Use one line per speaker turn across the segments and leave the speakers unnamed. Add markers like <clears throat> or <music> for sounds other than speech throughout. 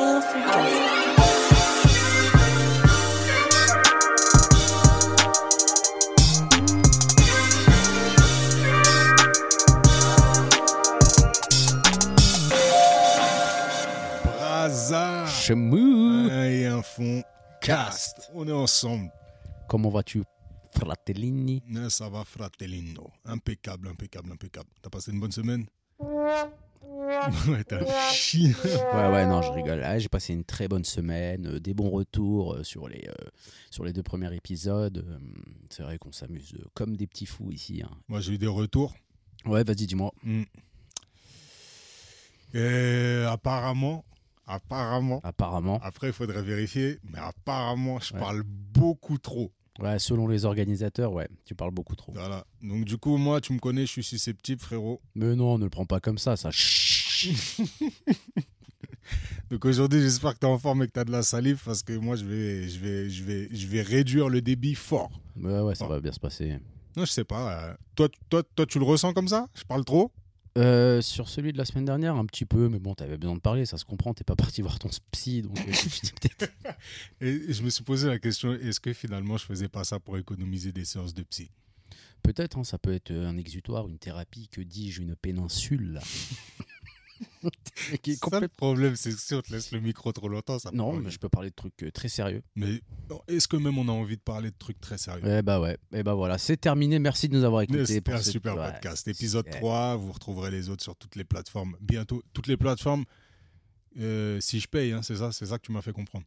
1995.
Braza
Chemou.
et un fond cast. On est ensemble.
Comment vas-tu, fratellini
Mais Ça va, fratellino. Impeccable, impeccable, impeccable. T'as passé une bonne semaine <laughs> Ouais, t'as un chien.
Ouais, ouais, non, je rigole. Ah, J'ai passé une très bonne semaine, euh, des bons retours euh, sur les, euh, sur les deux premiers épisodes. Euh, C'est vrai qu'on s'amuse euh, comme des petits fous ici. hein.
Moi, j'ai eu des retours.
Ouais, vas-y, dis-moi.
Hmm. Et apparemment, apparemment,
Apparemment,
après, il faudrait vérifier, mais apparemment, je
Ouais.
parle beaucoup trop.
ouais, selon les organisateurs, ouais, tu parles beaucoup trop.
Voilà. Donc, du coup, moi, tu me connais, je suis susceptible, frérot.
Mais non, ne le prends pas comme ça, ça.
<laughs> Donc aujourd'hui, j'espère que tu es en forme et que tu as de la salive parce que moi, je vais, je vais, je vais, je vais réduire le débit fort.
Ouais, ouais, ça va bien se passer.
Non, je sais pas. euh, toi, toi, toi, tu le ressens comme ça Je parle trop
Euh, sur celui de la semaine dernière, un petit peu, mais bon, t'avais besoin de parler, ça se comprend, t'es pas parti <laughs> voir ton psy, donc euh, tu te dis peut-être.
Et je me suis posé la question est-ce que finalement, je faisais pas ça pour économiser des séances de psy
Peut-être, hein, ça peut être euh, un exutoire, une thérapie, que dis-je, une péninsule. Qui est
Ça, le
complète-
problème, c'est que si on te laisse le micro trop longtemps, ça.
Non,
prend-
mais je peux parler de trucs euh, très sérieux.
mais non, est-ce que même on a envie de parler de trucs très sérieux
Eh bah ouais, eh bah voilà, c'est terminé, merci de nous avoir écoutés.
C'était
pour
un
ce-
super
ouais.
podcast. Épisode
Ouais.
3, vous retrouverez les autres sur toutes les plateformes. Bientôt, toutes les plateformes. euh, si je paye, hein, c'est ça, c'est ça que tu m'as fait comprendre.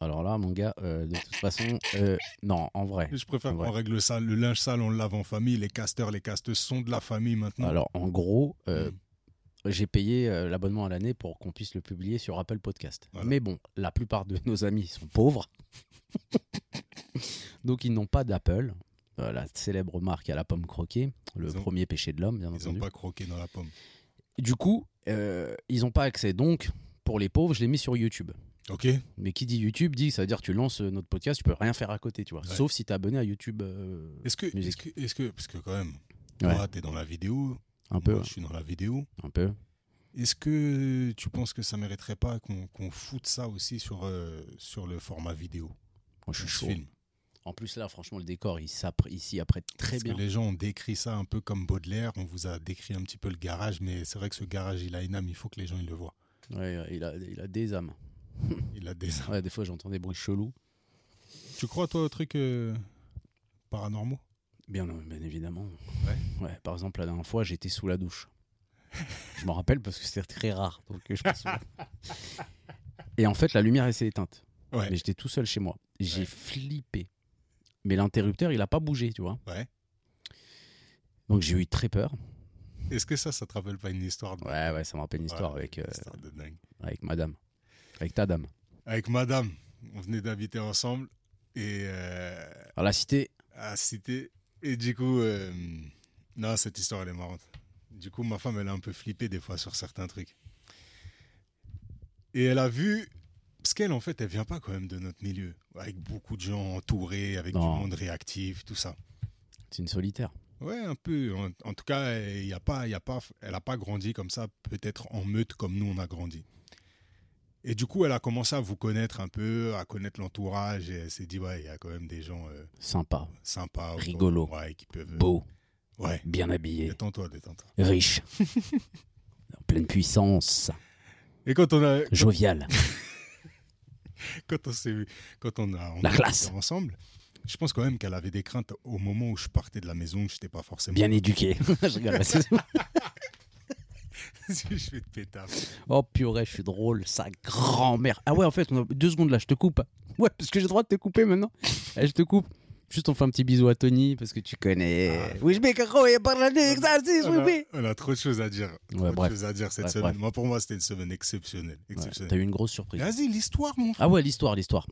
Alors là, mon gars, euh, de toute façon, euh, non, en vrai.
Je préfère
Ouais.
qu'on règle ça. Le linge sale, on le lave en famille. Les casteurs, les casteuses sont de la famille maintenant.
Alors en gros, euh,
Mm.
j'ai payé euh, l'abonnement à l'année pour qu'on puisse le publier sur Apple Podcast.
Voilà.
Mais bon, la plupart de nos amis sont pauvres. <laughs> Donc ils n'ont pas d'Apple. Euh, la célèbre marque à la pomme croquée, le
Ils ont-
premier péché de l'homme, bien
Ils n'ont
entendu.
pas croqué dans la pomme.
Du coup, euh, ils n'ont pas accès. Donc, pour les pauvres, je l'ai mis sur YouTube.
Ok
Mais qui dit YouTube dit, ça veut dire tu lances euh, notre podcast, tu peux rien faire à côté, tu vois.
Ouais.
Sauf si t'es abonné à YouTube euh,
Est-ce que, est-ce
Musique.
que, est-ce que, parce que quand même,
Ouais.
toi, t'es dans la vidéo.
un peu,
Moi, je suis dans la vidéo.
un peu.
Est-ce que tu penses que ça mériterait pas qu'on, qu'on foute ça aussi sur, euh, sur le format vidéo
Moi, je suis
du
chaud.
film
En plus là, franchement, le décor, il s'apprête- il s'y apprête très
Parce
bien.
que les gens ont décrit ça un peu comme Baudelaire. On vous a décrit un petit peu le garage, mais c'est vrai que ce garage, il a une âme. Il faut que les gens ils le voient.
Ouais, ouais, il, a, il a des âmes.
Il a des âmes.
Ouais, des fois, j'entends des bruits chelous.
Tu crois, toi, au truc euh, paranormaux
Bien, euh, bien évidemment.
Ouais.
par exemple, la dernière fois, j'étais sous la douche. je m'en rappelle parce que c'était très rare. Donc, euh, je pense- Et en fait, la lumière elle s'est éteinte.
Ouais.
Mais j'étais tout seul chez moi. J'ai
Ouais.
flippé. Mais l'interrupteur, il n'a pas bougé, tu vois.
Ouais.
Donc j'ai eu très peur.
Est-ce que ça, ça te rappelle pas une histoire de-
Ouais, ouais, ça me rappelle une histoire
Ouais,
avec, euh,
une histoire de dingue.
avec madame. Avec ta dame.
Avec madame, on venait d'habiter ensemble et euh,
Alors la cité,
à Cité. Et du coup, euh, non, cette histoire, elle est marrante. Du coup, ma femme, elle a un peu flippé des fois sur certains trucs. Et elle a vu. Parce qu'elle, en fait, elle vient pas quand même de notre milieu. Avec beaucoup de gens entourés, avec
Non.
du monde réactif, tout ça.
c'est une solitaire.
Ouais, un peu. En, en tout cas, il y a pas, il y a pas, elle n'a pas grandi comme ça, peut-être en meute comme nous on a grandi. Et du coup, elle a commencé à vous connaître un peu, à connaître l'entourage. Et elle s'est dit, ouais, il y a quand même des gens euh,
Sympa,
sympas, autour.
Rigolo.
ouais, qui peuvent. euh,
beau,
Ouais.
bien habillé,
Détends-toi, détends-toi. <laughs>
riche, en pleine puissance,
Et quand on a,
jovial.
quand on s'est, vu- quand on a, on
La
a
classe.
été ensemble, je pense quand même qu'elle avait des craintes au moment où je partais de la maison, que je n'étais pas forcément. <laughs>
bien éduqué. <laughs> je rigole.
je vais te péter.
oh purée, je suis drôle, sa grand-mère. Ah ouais, en fait, on a... deux secondes là, je te coupe. Ouais, parce que j'ai le droit de te couper maintenant. Eh, je te coupe. Juste, on fait un petit bisou à Tony parce que tu connais. Oui, je mets carreau et parle à des exercices,
On
oui,
a,
oui.
on a trop de choses à dire. Trop de
bref.
choses à dire cette
Bref,
semaine.
bref.
Moi, pour moi, c'était une semaine exceptionnelle.
Ouais,
exceptionnelle.
T'as eu une grosse surprise.
Vas-y, l'histoire, mon frère.
Ah ouais, l'histoire, l'histoire.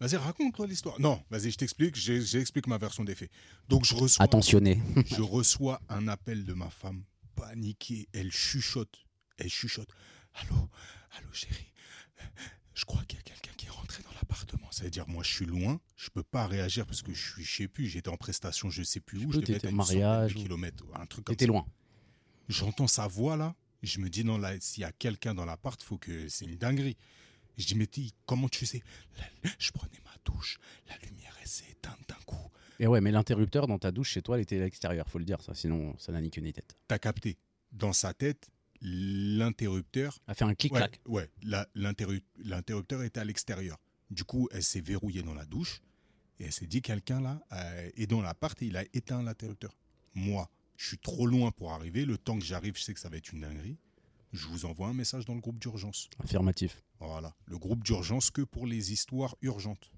Vas-y, raconte-toi l'histoire. Non, vas-y, je t'explique. je- J'explique ma version des faits. Donc, je reçois,
Attentionné.
je reçois un appel de ma femme, paniquée. Elle chuchote. Elle chuchote. Allô, allô, chérie. Je crois qu'il y a quelqu'un qui est rentré dans l'appartement. Ça veut dire, moi, je suis loin. Je peux pas réagir parce que je suis, je sais plus. J'étais en prestation, je sais plus où. Je
sais plus,
devais
t'étais
être à
au
une centaine
mariage
de
ou-
kilomètres, un truc comme ça.
T'étais loin.
J'entends sa voix là. Je me dis, non, là, s'il y a quelqu'un dans l'appart, faut que c'est une dinguerie. Je dis, mais t'y- comment tu sais La- Je prenais ma douche, la lumière elle s'est éteinte d'un coup.
Et ouais, mais l'interrupteur dans ta douche chez toi, il était à l'extérieur, faut le dire, ça. Sinon, ça n'a ni queue ni tête.
T'as capté Dans sa tête, l'interrupteur
A fait un
Ouais,
clic-clac.
ouais la- l'interru- l'interrupteur était à l'extérieur. Du coup, elle s'est verrouillée dans la douche et elle s'est dit quelqu'un là euh, est dans l'appart et il a éteint l'interrupteur. Moi, je suis trop loin pour arriver. Le temps que j'arrive, je sais que ça va être une dinguerie. Je vous envoie un message dans le groupe d'urgence.
Affirmatif.
Voilà, le groupe d'urgence que pour les histoires urgentes.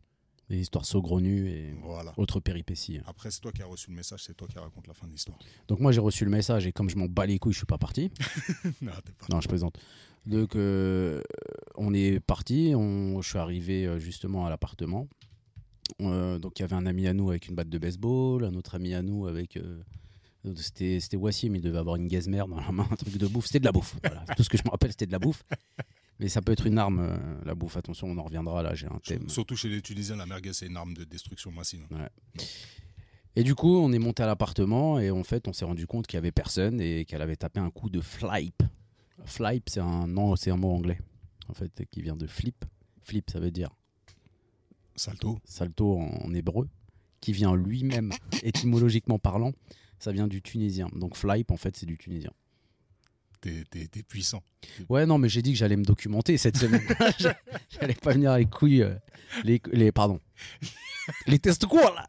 Des histoires saugrenues et
Voilà.
autres péripéties.
Après, c'est toi qui as reçu le message, c'est toi qui raconte la fin de
<laughs>
l'histoire.
Donc moi, j'ai reçu le message et comme je m'en bats les couilles, je suis pas parti.
non, t'es pas.
Non, je plaisante. Donc, euh, on est parti. On, je suis arrivé euh, justement à l'appartement. Euh, donc, il y avait un ami à nous avec une batte de baseball, un autre ami à nous avec. euh, c'était c'était Wassim, il devait avoir une gazmère dans la main, un truc de bouffe. C'était de la bouffe. Voilà. Tout ce que je me rappelle, c'était de la bouffe. Mais ça peut être une arme, euh, la bouffe. Attention, on en reviendra là. J'ai un thème.
Surtout chez les Tunisiens, la merguez, c'est une arme de destruction massive. hein.
Et du coup, on est monté à l'appartement et en fait, on s'est rendu compte qu'il y avait personne et qu'elle avait tapé un coup de flipe. Flipe, c'est un nom, c'est un mot anglais en fait qui vient de flip. Flip, ça veut dire
Salto.
salto en, en hébreu, qui
<laughs>
vient lui-même étymologiquement parlant, ça vient du tunisien. Donc flipe, en fait, c'est du tunisien.
T'es- T'es t'es puissant.
Ouais, non, mais j'ai dit que j'allais me documenter cette
<laughs>
semaine. <laughs> j'allais pas venir les couilles, euh, les, les
<laughs>
pardon, les tests courts là.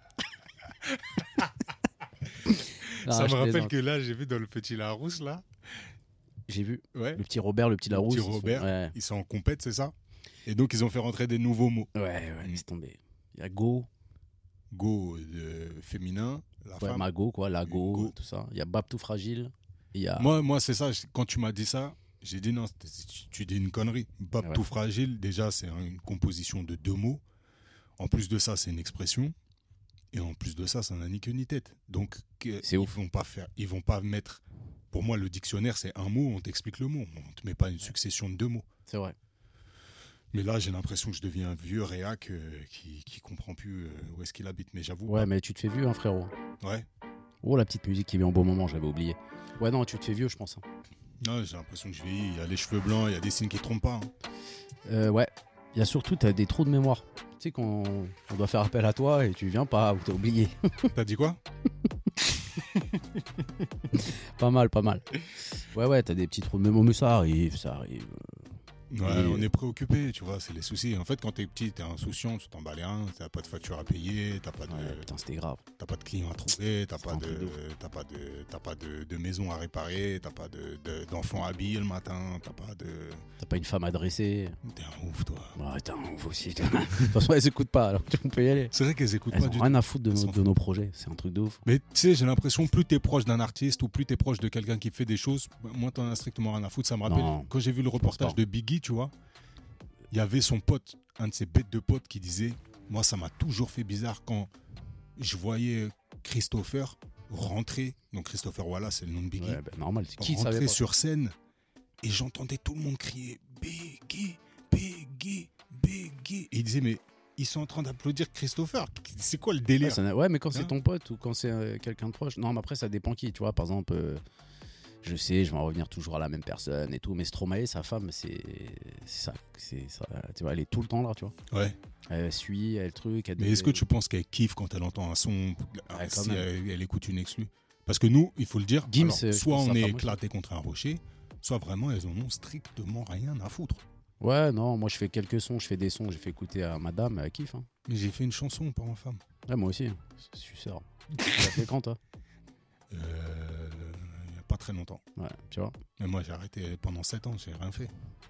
Non,
ça
Ah, je
me rappelle
plaisante.
que là, j'ai vu dans le petit Larousse, là,
j'ai vu
ouais,
le petit Robert, le petit
Le
Larousse.
petit
ils sont-
Robert.
ouais.
ils sont en compète, c'est ça Et donc, ils ont fait rentrer des nouveaux mots.
Ouais, ouais,
Mm.
laisse tomber. Il y a Go,
Go, euh, féminin, la
ouais,
femme.
Mago, quoi, Lago,
Go.
tout ça. Il y a Bab tout fragile. Il y a.
Moi, moi c'est ça, je- quand tu m'as dit ça, j'ai dit non, c'est- c'est- tu, tu dis une connerie. Bab
Ah ouais.
tout fragile, déjà, c'est un- une composition de deux mots. En plus de ça, c'est une expression. Et en plus de ça, ça n'a ni queue ni tête. Donc, que-
C'est
ils
ouf.
vont pas faire, ils vont pas mettre. Pour moi, le dictionnaire, c'est un mot, on t'explique le mot. On te met pas une succession de deux mots.
C'est vrai.
Mais là, j'ai l'impression que je deviens un vieux réac euh, qui, qui comprend plus euh, où est-ce qu'il habite. Mais j'avoue,
Ouais, mais tu te fais vieux, hein, frérot.
ouais.
Oh, la petite musique qui vient au bon moment, j'avais oublié. Ouais, non, tu te fais vieux, je pense. hein.
Non, j'ai l'impression que je vieillis. Il y a les cheveux blancs, il y a des signes qui trompent
<laughs>
pas. hein.
Euh, ouais. Il y a surtout, t'as des trous de mémoire. Tu sais, quand on doit faire appel à toi et tu viens pas ou t'as oublié. <laughs>
T'as dit quoi
pas mal, pas mal. Ouais, ouais, t'as des petits trous de mémoire, mais ça arrive, ça arrive.
Ouais,
Et-
on est préoccupé, tu vois, c'est les soucis. En fait, quand t'es petit, t'es insouciant, tu t'en bats les reins, t'as pas de facture à payer, t'as pas de,
Ouais, putain, c'était grave.
t'as pas de clients à trouver, t'as
C'est
pas
un truc
de, t'as pas de, t'as pas de, de maison à réparer, t'as pas de, de- d'enfants à habiller le matin, t'as pas de,
T'as pas une femme adressée.
t'es un ouf, toi.
Bah, attends, vous aussi. toi. <laughs> De toute façon, elles écoutent pas, alors on peut y aller.
C'est vrai qu'elles écoutent
Elles
pas
ont
du
rien à foutre de,
Elles
nos-
s'en
de nos projets, c'est un truc de ouf.
Mais tu sais, j'ai l'impression, plus t'es proche d'un artiste ou plus t'es proche de quelqu'un qui fait des choses, moins t'en as strictement rien à foutre. Ça me rappelle,
Non,
quand j'ai vu le reportage
pas.
de Biggie, tu vois, il y avait son pote, un de ses bêtes de potes qui disait Moi, ça m'a toujours fait bizarre quand je voyais Christopher rentrer. Donc, Christopher Wallace, c'est le nom de Biggie.
Ouais, bah, normal, c'est qui le savait
rentrer
pas
sur scène et j'entendais tout le monde crier Biggie, Biggie, Biggie. Et il disait Mais ils sont en train d'applaudir Christopher. C'est quoi le
Ouais,
délire
ça n'a- ouais, mais quand
Hein
c'est ton pote ou quand c'est euh, quelqu'un de proche. Non, mais après, ça dépend qui, tu vois. Par exemple, euh, je sais, je vais en revenir toujours à la même personne et tout, mais Stromae, sa femme, c'est c'est ça, c'est ça. Tu vois, elle est tout le temps là, tu vois.
Ouais.
Elle suit, elle truc. Elle
Mais est-ce que tu penses qu'elle kiffe quand elle entend un son
Ouais, quand
si
même.
elle, elle écoute une exclue Parce que nous, il faut le dire,
Gims,
alors, soit
euh, je trouve
on
ça
est
pas mal.
éclaté contre un rocher, soit vraiment elles en ont strictement rien à foutre.
Ouais, non, moi je fais quelques sons, je fais des sons, j'ai fait écouter à madame, elle kiffe. Hein.
Mais j'ai fait une chanson pour en femme.
Ouais, moi aussi, hein.
<laughs>
suceur. Tu l'as fait quand, toi
Euh, Il n'y a pas très longtemps.
Ouais, tu vois.
Mais moi, j'ai arrêté pendant 7 ans, j'ai rien fait.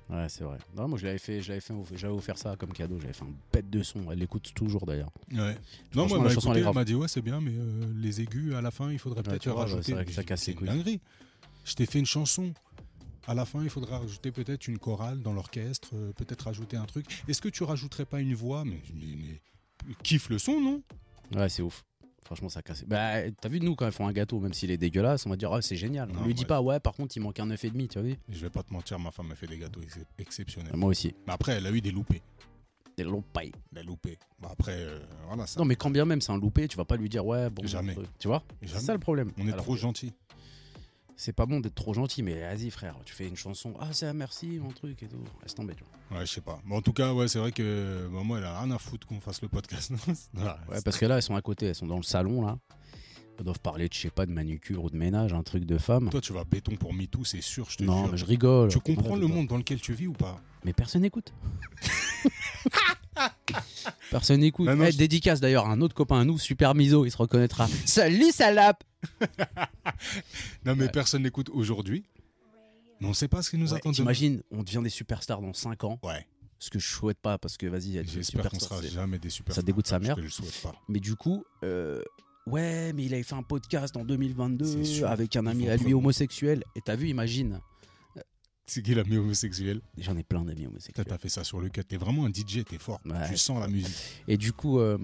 Ouais, c'est vrai. Non, moi je l'avais fait, je l'avais fait, j'avais offert ça comme cadeau, j'avais fait un bête de son, elle l'écoute toujours d'ailleurs.
Ouais. Non, moi,
la
elle m'a
chanson, elle
écouté,
est
elle
grave.
m'a dit ouais, c'est bien, mais euh, les aigus à la fin, il faudrait
Ouais,
peut-être
tu vois, ouais,
rajouter.
c'est vrai que
Mais
ça
j'ai
casse
dit,
les
c'est
couilles.
une dinguerie. Je t'ai fait une chanson. À la fin, il faudra rajouter peut-être une chorale dans l'orchestre, euh, peut-être rajouter un truc. Est-ce que tu rajouterais pas une voix mais, mais, mais kiffe le son, non
Ouais, c'est ouf. Franchement, ça casse. Bah, t'as vu, nous, quand ils font un gâteau, même s'il est dégueulasse, on va dire, ah, c'est génial.
Non,
on lui dit
ouais.
pas, ouais, par contre, il manque un 9,5, tu vois. oui.
Je vais pas te mentir, ma femme a fait des gâteaux ex- exceptionnels.
Moi aussi.
Mais après, elle a eu des loupés.
Des longs pailles.
Des loupés. Bah après, euh, voilà ça.
Non, mais quand bien même c'est un loupé, tu vas pas lui dire, ouais, bon.
Jamais.
euh, Tu vois
Jamais.
C'est ça le problème.
On est
Alors
trop
que-
gentil.
C'est pas bon d'être trop gentil, mais vas-y, frère, tu fais une chanson. Ah, c'est un merci, mon truc et tout. Laisse tomber, tu vois.
Ouais, je sais pas. Mais en tout cas, ouais, c'est vrai que bah, moi, elle a rien à foutre qu'on fasse le podcast. <laughs> non Voilà.
Ouais, parce que là, elles sont à côté, elles sont dans le salon, là. Elles doivent parler de, je sais pas, de manucure ou de ménage, un truc de femme.
Toi, tu vas béton pour MeToo, c'est sûr, je te
Non,
jure.
mais je rigole.
Tu comprends
Ouais,
le
je-
monde dans lequel tu vis ou pas
Mais
<laughs>
personne n'écoute. personne n'écoute.
Bah Non, non,
Eh,
je-
Dédicace d'ailleurs à un autre copain à nous, Super Miso, il se reconnaîtra. Salut, salope
Non, mais
Ouais.
personne n'écoute aujourd'hui. Mais on sait pas ce qui nous
Ouais,
attend demain.
T'imagines, on devient des superstars dans 5 ans,
Ouais,
ce que je souhaite pas, parce que vas-y, il y a des
j'espère qu'on
superstars.
sera
c'est-
jamais des superstars.
Ça dégoûte sa mère.
Je te le souhaite pas. <laughs>
Mais du coup, euh, ouais, mais il avait fait un podcast en
C'est
2022
sûr.
avec un ami
Ils vont
à lui
prendre-
homosexuel. Et t'as vu, imagine.
C'est qui l'ami homosexuel
J'en ai plein d'amis
Putain,
homosexuels.
T'as fait ça sur le cut. T'es vraiment un DJ, t'es fort.
Ouais.
Tu sens la musique.
Et du coup, euh,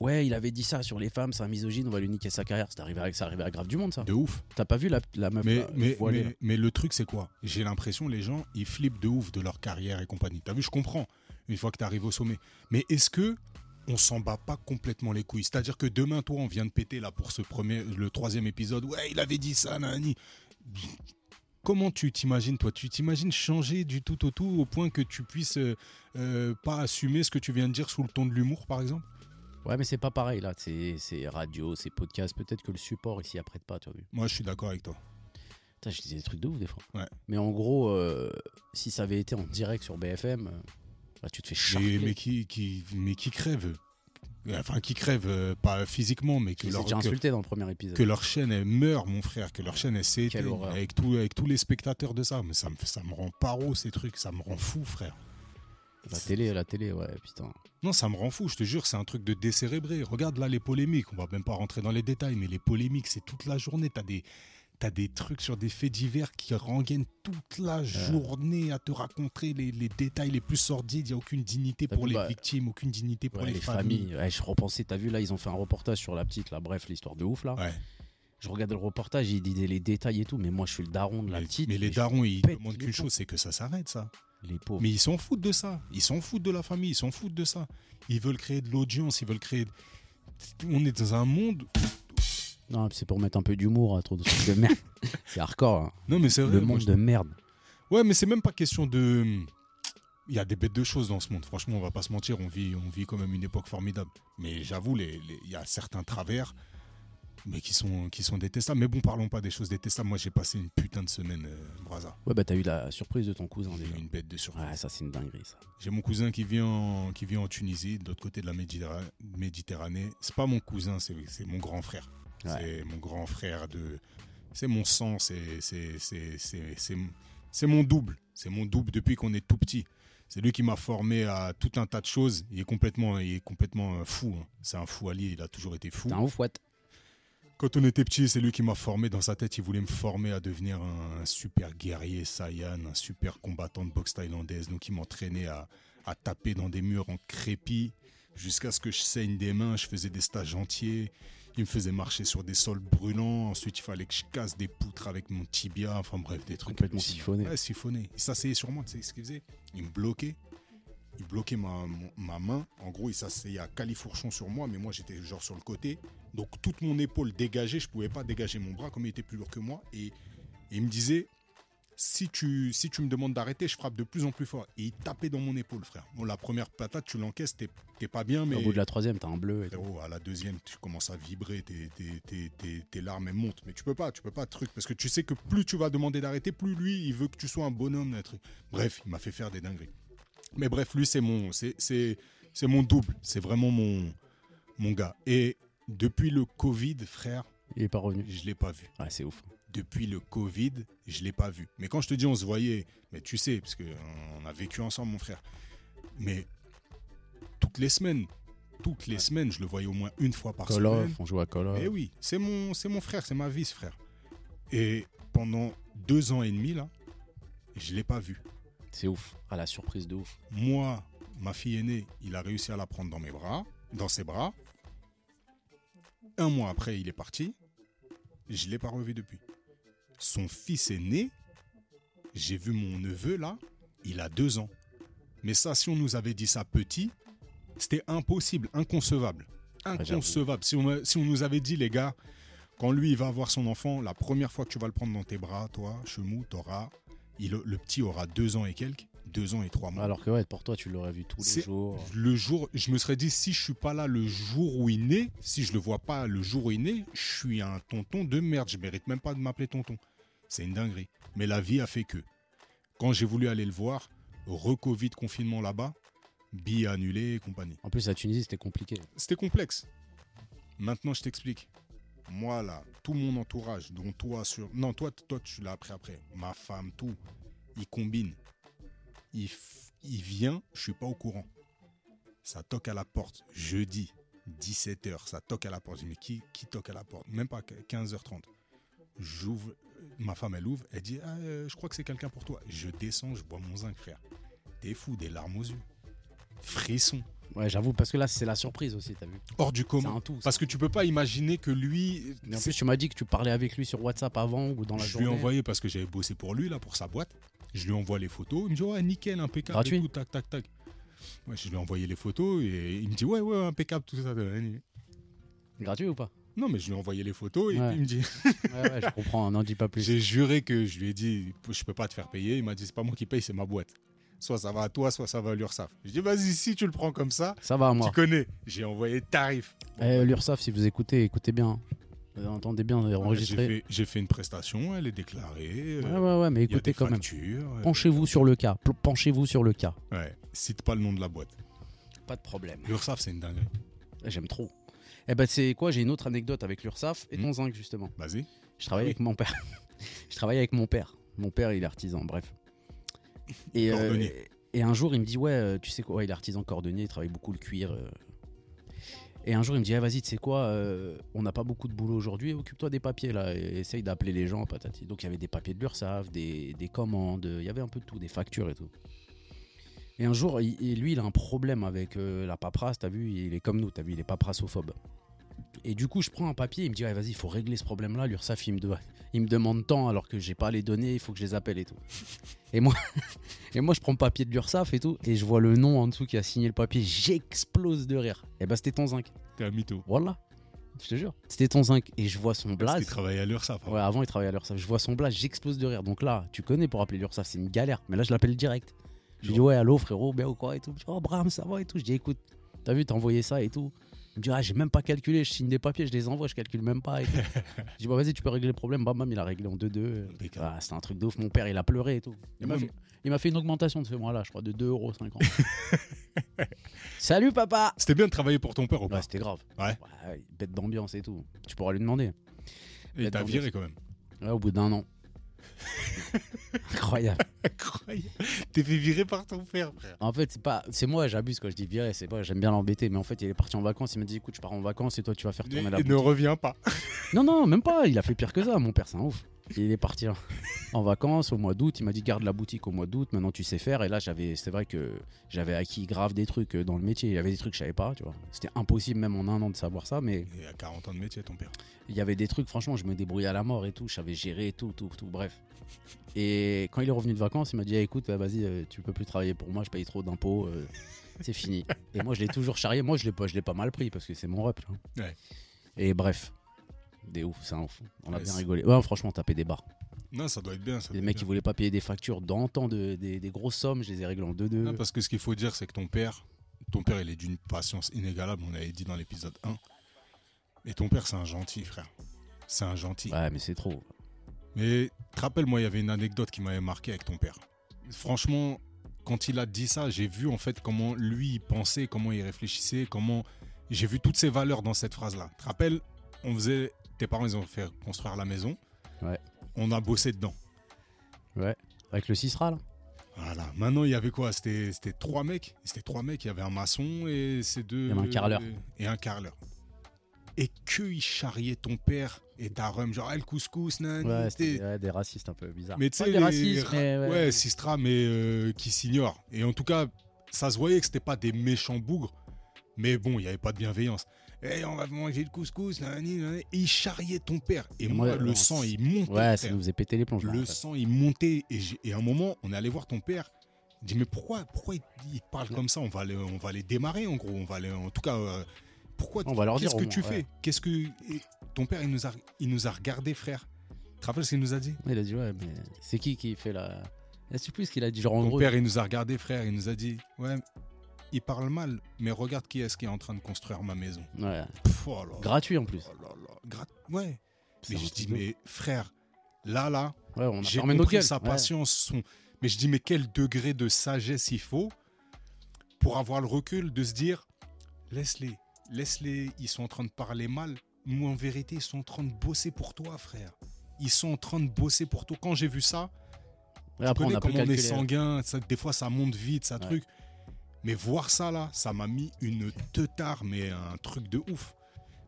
ouais, il avait dit ça sur les femmes, c'est un misogyne, on va lui niquer sa carrière. C'est arrivé, à- c'est arrivé à grave du monde, ça.
De ouf.
T'as pas vu la, la meuf
Mais,
là,
mais,
voilée, là
mais, mais le truc, c'est quoi J'ai l'impression les gens, ils flippent de ouf de leur carrière et compagnie. T'as vu, je comprends, une fois que t'arrives au sommet. Mais est-ce que on s'en bat pas complètement les couilles C'est-à-dire que demain, toi, on vient de péter là pour ce premier, le troisième épisode. Ouais, il avait dit ça, Nani. Comment tu t'imagines, toi Tu t'imagines changer du tout au tout au point que tu puisses euh, euh, pas assumer ce que tu viens de dire sous le ton de l'humour, par exemple
Ouais, mais c'est pas pareil là. C'est c'est radio, c'est podcast. Peut-être que le support il s'y apprête pas, tu as vu.
Moi, je suis d'accord avec toi.
Putain, je disais des trucs de ouf des fois.
Ouais.
Mais en gros, euh, si ça avait été en direct sur BFM, euh, bah, tu te fais
Mais,
charcuter.
mais qui, qui, mais qui crève Enfin, qui crève, euh, pas physiquement, mais que
Ils étaient
leur,
déjà
que,
insulté dans le premier épisode.
que leur chaîne elle meurt, mon frère, que leur chaîne elle s'éteigne
Quelle horreur.
avec tout, avec tous les spectateurs de ça. Mais ça me, ça me rend paro ces trucs, ça me rend fou, frère.
La télé, la télé, ouais, putain.
Non, ça me rend fou, je te jure, c'est un truc de décérébré. Regarde là les polémiques, on va même pas rentrer dans les détails, mais les polémiques, c'est toute la journée. T'as des, t'as des trucs sur des faits divers qui rengainent toute la
Euh.
journée à te raconter les, les détails les plus sordides. Il n'y a aucune dignité
T'as
pour
vu,
les
bah,
victimes, aucune dignité pour
Ouais,
les,
les
familles.
familles. Ouais, je repensais, t'as vu là, ils ont fait un reportage sur la petite, là, bref, l'histoire de ouf là.
Ouais.
Je regardais le reportage, il disait les détails et tout, mais moi je suis le daron de la
mais,
petite.
mais les
je-
darons, ils
pète
demandent
les
qu'une
plombs.
chose, c'est que ça s'arrête, ça.
Les pauvres.
Mais ils s'en foutent de ça. Ils s'en foutent de la famille, ils s'en foutent de ça. Ils veulent créer de l'audience, ils veulent créer. de- On est dans un monde.
Non, c'est pour mettre un peu d'humour à trop de trucs de
<laughs>
merde. c'est hardcore. hein.
Non, mais c'est vrai.
Le
moi,
monde
je-
de merde.
Ouais, mais c'est même pas question de. Il y a des bêtes de choses dans ce monde. Franchement, on va pas se mentir, on vit, on vit quand même une époque formidable. Mais j'avoue, les- les- il y a certains travers, mais qui sont, qui sont détestables. Mais bon, parlons pas des choses détestables. Moi, j'ai passé une putain de semaine, euh, Braza.
Ouais, bah t'as eu la surprise de ton cousin
J'ai
déjà.
eu une bête de surprise.
Ouais, ça c'est une dinguerie ça.
J'ai mon cousin qui vient en, qui vient en Tunisie, de l'autre côté de la Méditerra- Méditerranée. C'est pas mon cousin, c'est c'est mon grand frère.
Ouais.
C'est mon grand frère de. C'est mon sang, c'est c'est- c'est- c'est- c'est- c'est mon double. C'est mon double depuis qu'on est tout petit. C'est lui qui m'a formé à tout un tas de choses. Il est complètement, il est complètement euh, fou. hein. C'est un fou allié, il a toujours été fou.
T'es un ouf, what
Quand on était petit, c'est lui qui m'a formé. Dans sa tête, il voulait me former à devenir un, un super guerrier Saiyan, un super combattant de boxe thaïlandaise. Donc, il m'entraînait à, à taper dans des murs en crépi jusqu'à ce que je saigne des mains. Je faisais des stages entiers. Il me faisait marcher sur des sols brûlants. Ensuite, il fallait que je casse des poutres avec mon tibia. Enfin, bref, des trucs
Complètement
hallucinants.
siphonné.
Ouais, siphonné. Il s'asseyait sur moi, tu sais ce qu'il faisait Il me bloquait. Il bloquait ma, mon- ma main. En gros, il s'asseyait à califourchon sur moi, mais moi, j'étais genre sur le côté. Donc, toute mon épaule dégagée, je pouvais pas dégager mon bras comme il était plus lourd que moi. Et, et il me disait si tu, si tu me demandes d'arrêter, je frappe de plus en plus fort. Et il tapait dans mon épaule, frère. Bon, la première patate, tu l'encaisses, t'es t'es pas bien, mais.
Au bout de la troisième, t'as un bleu. Et tout.
Frérot, à la deuxième, tu commences à vibrer, tes, tes- tes- tes- tes larmes elles montent. Mais tu peux pas, tu peux pas, truc. Parce que tu sais que plus tu vas demander d'arrêter, plus lui, il veut que tu sois un bonhomme, un truc. Bref, il m'a fait faire des dingueries. Mais bref, lui, c'est mon, c'est, c'est, c'est mon double. C'est vraiment mon, mon gars. Et depuis le Covid, frère,
Il est pas revenu.
je l'ai pas vu
Ouais, c'est ouf.
Ah, depuis le Covid, je l'ai pas vu. Mais quand je te dis on se voyait, mais tu sais, parce que euh, on a vécu ensemble, mon frère. Mais toutes les semaines, toutes les semaines, je le voyais au moins une fois par
Call of,
semaine.
on joue à Call of.
Eh oui, c'est mon, c'est mon frère, c'est ma vie, ce frère. Et pendant deux ans et demi là, je l'ai pas vu.
C'est ouf. Ah, la surprise de ouf.
Moi, ma fille aînée, il a réussi à la prendre dans mes bras, dans ses bras. Un mois après, il est parti. Je l'ai pas revu depuis. Son fils est né. J'ai vu mon neveu là. Il a deux ans. Mais ça, si on nous avait dit ça petit, c'était impossible, inconcevable.
j'avoue.
Inconcevable. Si on, si on nous avait dit, les gars, Quand lui, il va avoir son enfant, la première fois que tu vas le prendre dans tes bras, toi, Chemou, t'auras. il- Le petit aura deux ans et quelques, deux ans et trois mois.
Alors que ouais, pour toi, tu l'aurais vu tous les
C'est-
jours.
le jour, je me serais dit, si je suis pas là le jour où il naît, si je le vois pas le jour où il naît, je suis un tonton de merde. Je mérite même pas de m'appeler tonton. C'est une dinguerie. Mais la vie a fait que. Quand j'ai voulu aller le voir, recovid confinement là-bas, billet annulé et compagnie.
En plus, la Tunisie, c'était compliqué.
C'était complexe. Maintenant, je t'explique. Moi, là, tout mon entourage, dont toi, sur... non, toi, t- toi tu l'as appris après, ma femme, tout, il combine. Il, f- il vient, je suis pas au courant. Ça toque à la porte, jeudi, 17h, ça toque à la porte. Je dis, mais qui, qui toque à la porte Même pas 15h30. J'ouvre, ma femme, elle ouvre, elle dit, Ah, euh, je crois que c'est quelqu'un pour toi. Je descends, je vois mon zinc, frère. T'es fou, des larmes aux yeux. Frisson,
Ouais, j'avoue, parce que là, c'est la surprise aussi, t'as vu.
hors du
C'est
commun.
un tout. ça.
Parce que tu peux pas imaginer que lui.
Et en plus, tu m'as dit que tu parlais avec lui sur WhatsApp avant ou dans la
je lui ai
journée.
envoyé parce que j'avais bossé pour lui, là, pour sa boîte. Je lui envoie les photos. Il me dit, ouais, nickel, impeccable.
Gratuit.
et tout, tac, tac, tac. Ouais, je lui ai envoyé les photos et il me dit, ouais, ouais, impeccable, tout ça.
Gratuit ou pas
Non, mais je lui ai envoyé les photos et
Ouais.
puis il me dit, <laughs>
Ouais, ouais, je comprends, n'en dis pas plus.
j'ai juré que je lui ai dit, je peux pas te faire payer. Il m'a dit, c'est pas moi qui paye, c'est ma boîte. Soit ça va à toi, soit ça va à l'URSSAF. Je dis, vas-y, si tu le prends comme ça,
Ça va, moi.
tu connais. J'ai envoyé tarif.
Eh, L'URSAF, si vous écoutez, écoutez bien. Euh, entendez bien, euh,
J'ai
enregistrez.
fait, j'ai fait une prestation, elle est déclarée.
Ouais,
euh,
ouais, ouais,
Il y
mais
a des
écoutez quand même.
factures. euh,
Penchez-vous sur le cas. Pl- Penchez-vous sur le cas.
Ouais, cite pas le nom de la boîte.
Pas de problème.
L'URSSAF, c'est une dinguerie.
J'aime trop. Eh ben, c'est quoi J'ai une autre anecdote avec l'URSAF et ton zinc, justement.
Vas-y.
Je travaille
Ah oui.
avec mon père. <laughs> je travaille avec mon père. Mon père, il est artisan, bref. Et, euh,
Cordonnier.
et un jour, il me dit Ouais, euh, tu sais quoi Ouais, Il est artisan cordonnier, il travaille beaucoup le cuir. euh. Et un jour, il me dit Ah, Vas-y, tu sais quoi euh, On n'a pas beaucoup de boulot aujourd'hui, occupe-toi des papiers là, et essaye d'appeler les gens, patati. Donc, il y avait des papiers de l'URSSAF, des, des commandes, il y avait un peu de tout, des factures et tout. Et un jour, il- il- lui, il a un problème avec euh, la paperasse, t'as vu, il est comme nous, t'as vu, il est paperassophobe. Et du coup, je prends un papier, il me dit, Ah, vas-y, il faut régler ce problème-là. L'URSSAF, il, me doit- il me demande tant alors que j'ai pas les données, il faut que je les appelle et tout. Et moi, <laughs> et moi je prends le papier de l'URSSAF et tout, et je vois le nom en dessous qui a signé le papier, j'explose de rire. Et bah, c'était ton zinc.
T'es un mytho.
Voilà, je te jure. C'était ton zinc. Et je vois son
Parce
blaze.
qu'il travaillait à l'URSSAF. hein. avant.
Ouais, avant, il travaillait à l'URSSAF. Je vois son blaze, j'explose de rire. Donc là, tu connais pour appeler l'URSSAF, c'est une galère. Mais là, je l'appelle direct. Je lui dis, ouais, allô, frérot, bien ou quoi et tout. Je dis, oh, Bram, ça va et tout. Je dis, écoute, t'as vu, t'as envoyé ça et tout. Il me dit, ah, j'ai même pas calculé, je signe des papiers, je les envoie, je calcule même pas. Et tout. je dis, bah, vas-y, tu peux régler le problème. Bam, bam, il a réglé en 2-2.
Impeccable.
Ah, C'était un truc de ouf. Mon père, il a pleuré et tout. Il m'a
Ouais,
fait, il m'a fait une augmentation de ce mois-là, je crois, de 2,50€. Salut, papa
C'était bien de travailler pour ton père ou pas
Ouais, c'était grave.
Ouais.
Bête d'ambiance et tout. Tu pourras lui demander.
Et t'as
attends,
viré quand même.
Ouais, au bout d'un an. <laughs> Incroyable.
Incroyable. T'es fait virer par ton père, frère.
En fait, c'est pas, c'est moi, j'abuse quand je dis virer, c'est pas, j'aime bien l'embêter, mais en fait, il est parti en vacances, il m'a dit, écoute, je pars en vacances et toi, tu vas faire
Et,
tourner la
et ne
boutique.
reviens
<laughs>
pas.
Non, non, même pas, il a fait pire que ça, mon père, c'est un ouf. Il est parti en- en vacances au mois d'août, il m'a dit, garde la boutique au mois d'août, maintenant tu sais faire, et là, j'avais, c'est vrai que j'avais acquis grave des trucs euh, dans le métier, il y avait des trucs que je savais pas, tu vois. C'était impossible même en un an de savoir ça, mais
Il a 40 ans de métier, ton père.
il y avait des trucs, franchement, je me débrouillais à la mort et tout, je savais gérer tout, tout, tout, bref. Et quand il est revenu de vacances, il m'a dit Ah, écoute, bah, vas-y, euh, tu peux plus travailler pour moi, je paye trop
<laughs>
d'impôts, euh, c'est fini. Et moi, je l'ai toujours charrié, moi, je l'ai pas, je l'ai pas mal pris parce que c'est mon rep. tu vois.
Ouais.
Et bref, des ouf, c'est un ouf. On a
Ouais,
bien
c'est-
rigolé. Ouais, franchement, taper des barres.
Non, ça doit être bien. Ça
Les
doit
mecs,
être
qui
bien.
voulaient pas payer des factures d'antan de, des, des grosses sommes, je les ai réglées en deux-deux.
Non, parce que ce qu'il faut dire, c'est que ton père, ton père, il est d'une patience inégalable. On l'avait dit dans l'épisode 1. Et ton père, c'est un gentil, frère. C'est un gentil.
Ouais, mais c'est trop.
Mais te rappelle, moi, il y avait une anecdote qui m'avait marqué avec ton père. Franchement, quand il a dit ça, j'ai vu en fait comment lui il pensait, comment il réfléchissait, comment j'ai vu toutes ses valeurs dans cette phrase-là. Te rappelle, on faisait, tes parents ils ont fait construire la maison.
Ouais.
On a bossé dedans.
Avec le Cisra, là
Voilà. Maintenant, il y avait quoi C'était c'était trois mecs. C'était trois mecs. Il y avait un maçon et ces deux. euh,
Il y avait un carreleur.
Et un carreleur. Et que il charriait ton père et ta rhum, genre, elle couscous, nan,
Ouais,
nan,
c'était ouais, des racistes un peu bizarres.
mais tu sais,
Pas des
les-
racistes,
les-
mais
ouais,
ouais.
Sistra, mais euh, qui s'ignore. Et en tout cas, ça se voyait que c'était pas des méchants bougres, mais bon, il n'y avait pas de bienveillance. Eh, on va manger le couscous, nanani, nanani. et il charriait ton père. Et
Moi,
moi, le
non,
sang,
c'est-
il montait.
Ouais, ça
frère.
nous faisait péter les plombs. je me
le
rappelle.
sang, il montait. Et, j'ai- et à un moment, on est allé voir ton père. Il dit, mais pourquoi, pourquoi il, il parle comme ça on va, les, on va les démarrer, en gros. On va les, en tout cas, euh, pourquoi
On va leur dire.
Qu'est-ce que
au
tu
moins,
fais
ouais.
Qu'est-ce que et ton père il nous a il nous a regardé frère. Tu te rappelles ce qu'il nous a dit
Il a dit, ouais, mais c'est qui qui fait la. Je sais plus ce qu'il a dit, genre en
Ton
gros.
père il nous a regardé frère, il nous a dit ouais il parle mal mais regarde qui est-ce qui est en train de construire ma maison.
Ouais.
Pff, oh là là,
Gratuit en plus.
oh là là, grat- Ouais.
C'est
Mais
un
je
truc
dis
de ouf.
mais frère là là
Ouais, on a
J'ai
fermé nos
compris
gueules.
sa
Ouais.
patience, son. Mais je dis, mais quel degré de sagesse il faut pour avoir le recul de se dire, laisse-les, laisse-les, ils sont en train de parler mal. Nous, en vérité, ils sont en train de bosser pour toi, frère. Ils sont en train de bosser pour toi. Quand j'ai vu ça,
Ouais,
je
après, on
connais
a plus
comment on est
calculé.
sanguin, ça- des fois ça monte vite, ça
Ouais.
truc. Mais voir ça là, ça m'a mis une teutard, mais un truc de ouf.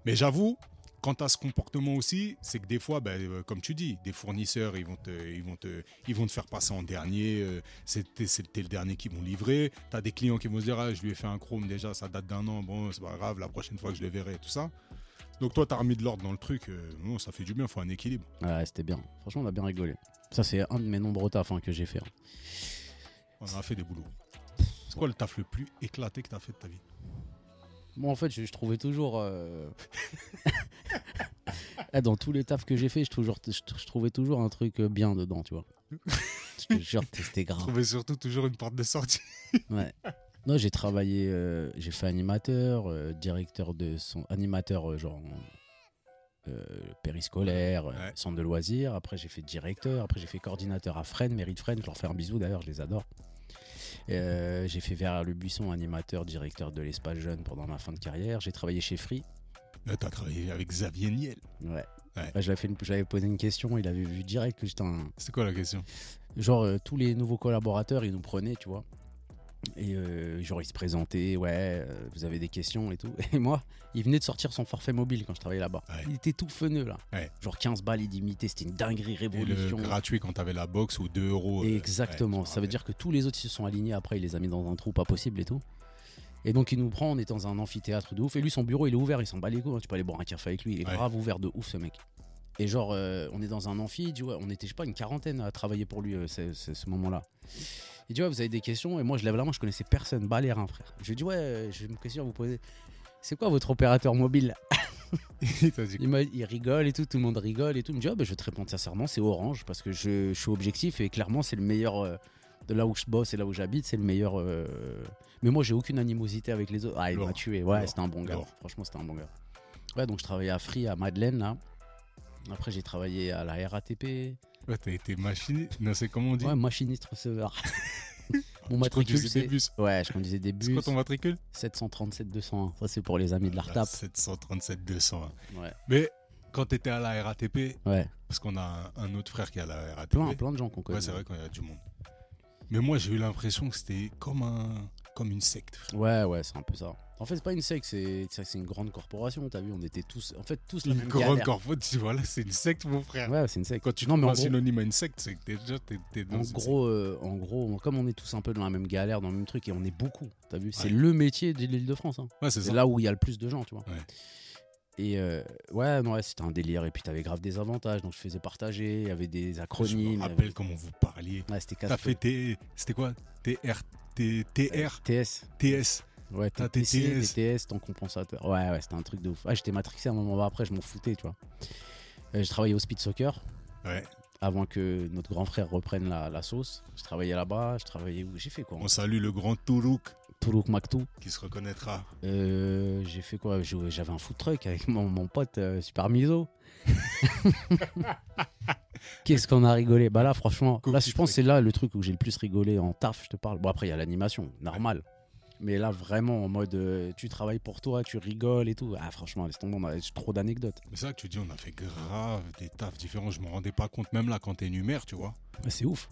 Mais j'avoue, quant à ce comportement aussi, c'est que des fois, ben, euh, comme tu dis, des fournisseurs, ils vont te, ils vont te, ils vont te faire passer en dernier. euh, C'était c'était le dernier qui vont livrer. T'as des clients qui vont se dire, ah, je lui ai fait un chrome déjà, ça date d'un an. Bon, c'est pas grave, la prochaine fois que je le verrai, tout ça. Donc toi, t'as remis de l'ordre dans le truc. euh, non, ça fait du bien, faut un équilibre.
Ouais, c'était bien. Franchement, on a bien rigolé. Ça, c'est un de mes nombreux tafs hein, que j'ai fait. hein.
On en a fait des boulots. C'est quoi le taf le plus éclaté que t'as fait de ta vie
Moi, en fait, je, je trouvais toujours. euh, <laughs> Ah, Dans tous les tafs que j'ai fait, je, toujours, je, je trouvais toujours un truc euh, bien dedans, tu vois. je te jure, c'était grave.
Trouver surtout toujours une porte de <laughs> sortie.
Ouais. <laughs> Non, j'ai travaillé, euh, j'ai fait animateur, euh, directeur de son animateur euh, genre euh, périscolaire, euh,
Ouais.
centre de loisirs. Après, j'ai fait directeur. Après, j'ai fait coordinateur à Fresnes, mairie de Fresnes. Je leur fais un bisou d'ailleurs, je les adore. Euh, j'ai fait vers le buisson animateur, directeur de l'espace jeune pendant ma fin de carrière. J'ai travaillé chez Free.
T'as travaillé avec Xavier Niel.
Ouais.
Ouais.
Là, je l'avais fait une- j'avais posé une question, il avait vu direct que j'étais un,
C'est quoi la question
Genre, euh, tous les nouveaux collaborateurs, ils nous prenaient, tu vois. Et euh, genre, ils se présentaient, ouais, euh, vous avez des questions et tout. <laughs> Et moi, il venait de sortir son forfait mobile quand je travaillais là-bas.
Ouais.
Il était tout feneux, là.
Ouais.
Genre 15 balles illimitées, c'était une dinguerie,
Et le
révolution.
gratuit quand t'avais la box ou 2 euros. euh,
Exactement,
ouais, je me
ça veut
rappelle.
dire que tous les autres ils se sont alignés après, il les a mis dans un trou pas possible et tout. Et donc il nous prend, on est dans un amphithéâtre de ouf. Et lui, son bureau, il est ouvert, il s'en bat les couilles. hein. Tu peux aller boire un café avec lui, il est
Ouais.
grave ouvert de ouf ce mec. Et genre, euh, on est dans un amphi, il dit, ouais, on était, je sais pas, une quarantaine à travailler pour lui euh, c'est- c'est ce moment-là. Il dit, ouais, vous avez des questions. Et moi, je lève la main, je connaissais personne, balère, hein, frère. Je lui dis, ouais, euh, j'ai une question à vous poser. C'est quoi votre opérateur mobile
<laughs> Il t'a dit
il, m'a- il rigole et tout, tout le monde rigole et tout. Il me dit, Ah, bah, je vais te répondre sincèrement, c'est Orange parce que je, je suis objectif et clairement, c'est le meilleur. euh, de là où je bosse et là où j'habite, c'est le meilleur. euh, Mais moi, j'ai aucune animosité avec les autres. Ah, il
Lourd.
m'a tué. Ouais,
Lourd.
c'était un bon gars.
Lourd.
Franchement, c'était un bon gars. Ouais, donc je travaillais à Free, à Madeleine, là. Après, j'ai travaillé à la RATP.
Ouais, t'as été machiné. Non, c'est comment on dit
Ouais, machiniste receveur. <laughs> Mon
Tu
matricule,
conduisais des
c'est.
bus.
Ouais, je conduisais des
C'est
bus.
quoi ton Ah, matricule
737-201. Ça, c'est pour les amis de la
Voilà,
RTAP.
737 201.
Ouais.
hein. Mais quand t'étais à la RATP,
Ouais.
parce qu'on a un- un autre frère qui est à la RATP.
Plein, plein de gens qu'on connaît.
Ouais, c'est vrai qu'il y a du monde. Mais moi, j'ai eu l'impression que c'était comme un, comme une secte. frère.
Ouais, ouais, c'est un peu ça. En fait, c'est pas une secte, c'est c'est- c'est une grande corporation, t'as vu, on était tous, en fait, tous la
Une
même
grande
galère.
corpo, tu vois là, c'est une secte, mon frère.
Ouais, c'est une secte.
Quand tu
non, mais
trouves
en
un
gros,
synonyme à une secte, c'est que t'es déjà t'es- t'es dans
en
une
gros, euh, en gros, comme on est tous un peu dans la même galère, dans le même truc, et on est beaucoup, t'as vu, c'est
Ouais.
le métier de l'île de France. hein.
secte. Ouais, c'est
C'est
ça.
là où il y a le plus de gens, tu vois.
Ouais.
Et euh, ouais, non, ouais, c'était un délire, et puis t'avais grave des avantages, donc je faisais partager, il y avait des
Je me
acronymes. il y
rappelle comment vous parliez.
avait- Ouais, c'était
T'as
casse
fait T. C'était quoi TR, T- TR,
TS.
TS.
Ouais,
Ah,
TTC,
TTS.
TTS, ton compensateur. Ouais, ouais, c'était un truc de ouf. Ah, j'étais matrixé à un moment après, je m'en foutais, tu vois. Euh, je travaillais au speed soccer
Ouais.
avant que notre grand frère reprenne la, la sauce. Je travaillais là-bas, je travaillais où J'ai fait quoi
On salue le grand Tourouk
Toulouk Maktou.
qui se reconnaîtra.
Euh, j'ai fait quoi J'ai- J'avais un food truck avec mon, mon pote euh, Super <laughs> Miso. Qu'est-ce qu'on a rigolé Bah là, franchement,
Cool
là,
petit
je pense que
truc.
c'est là le truc où j'ai le plus rigolé en taf, je te parle. Bon, après, il y a l'animation, normal. Mais là, vraiment, en mode euh, tu travailles pour toi, tu rigoles et tout. Ah, franchement, laisse tomber, on a j'ai trop d'anecdotes.
Mais c'est ça que tu dis, on a fait grave des tafs différents. Je me rendais pas compte, même là, quand t'es numère, tu vois.
Ouais, Ah, C'est ouf.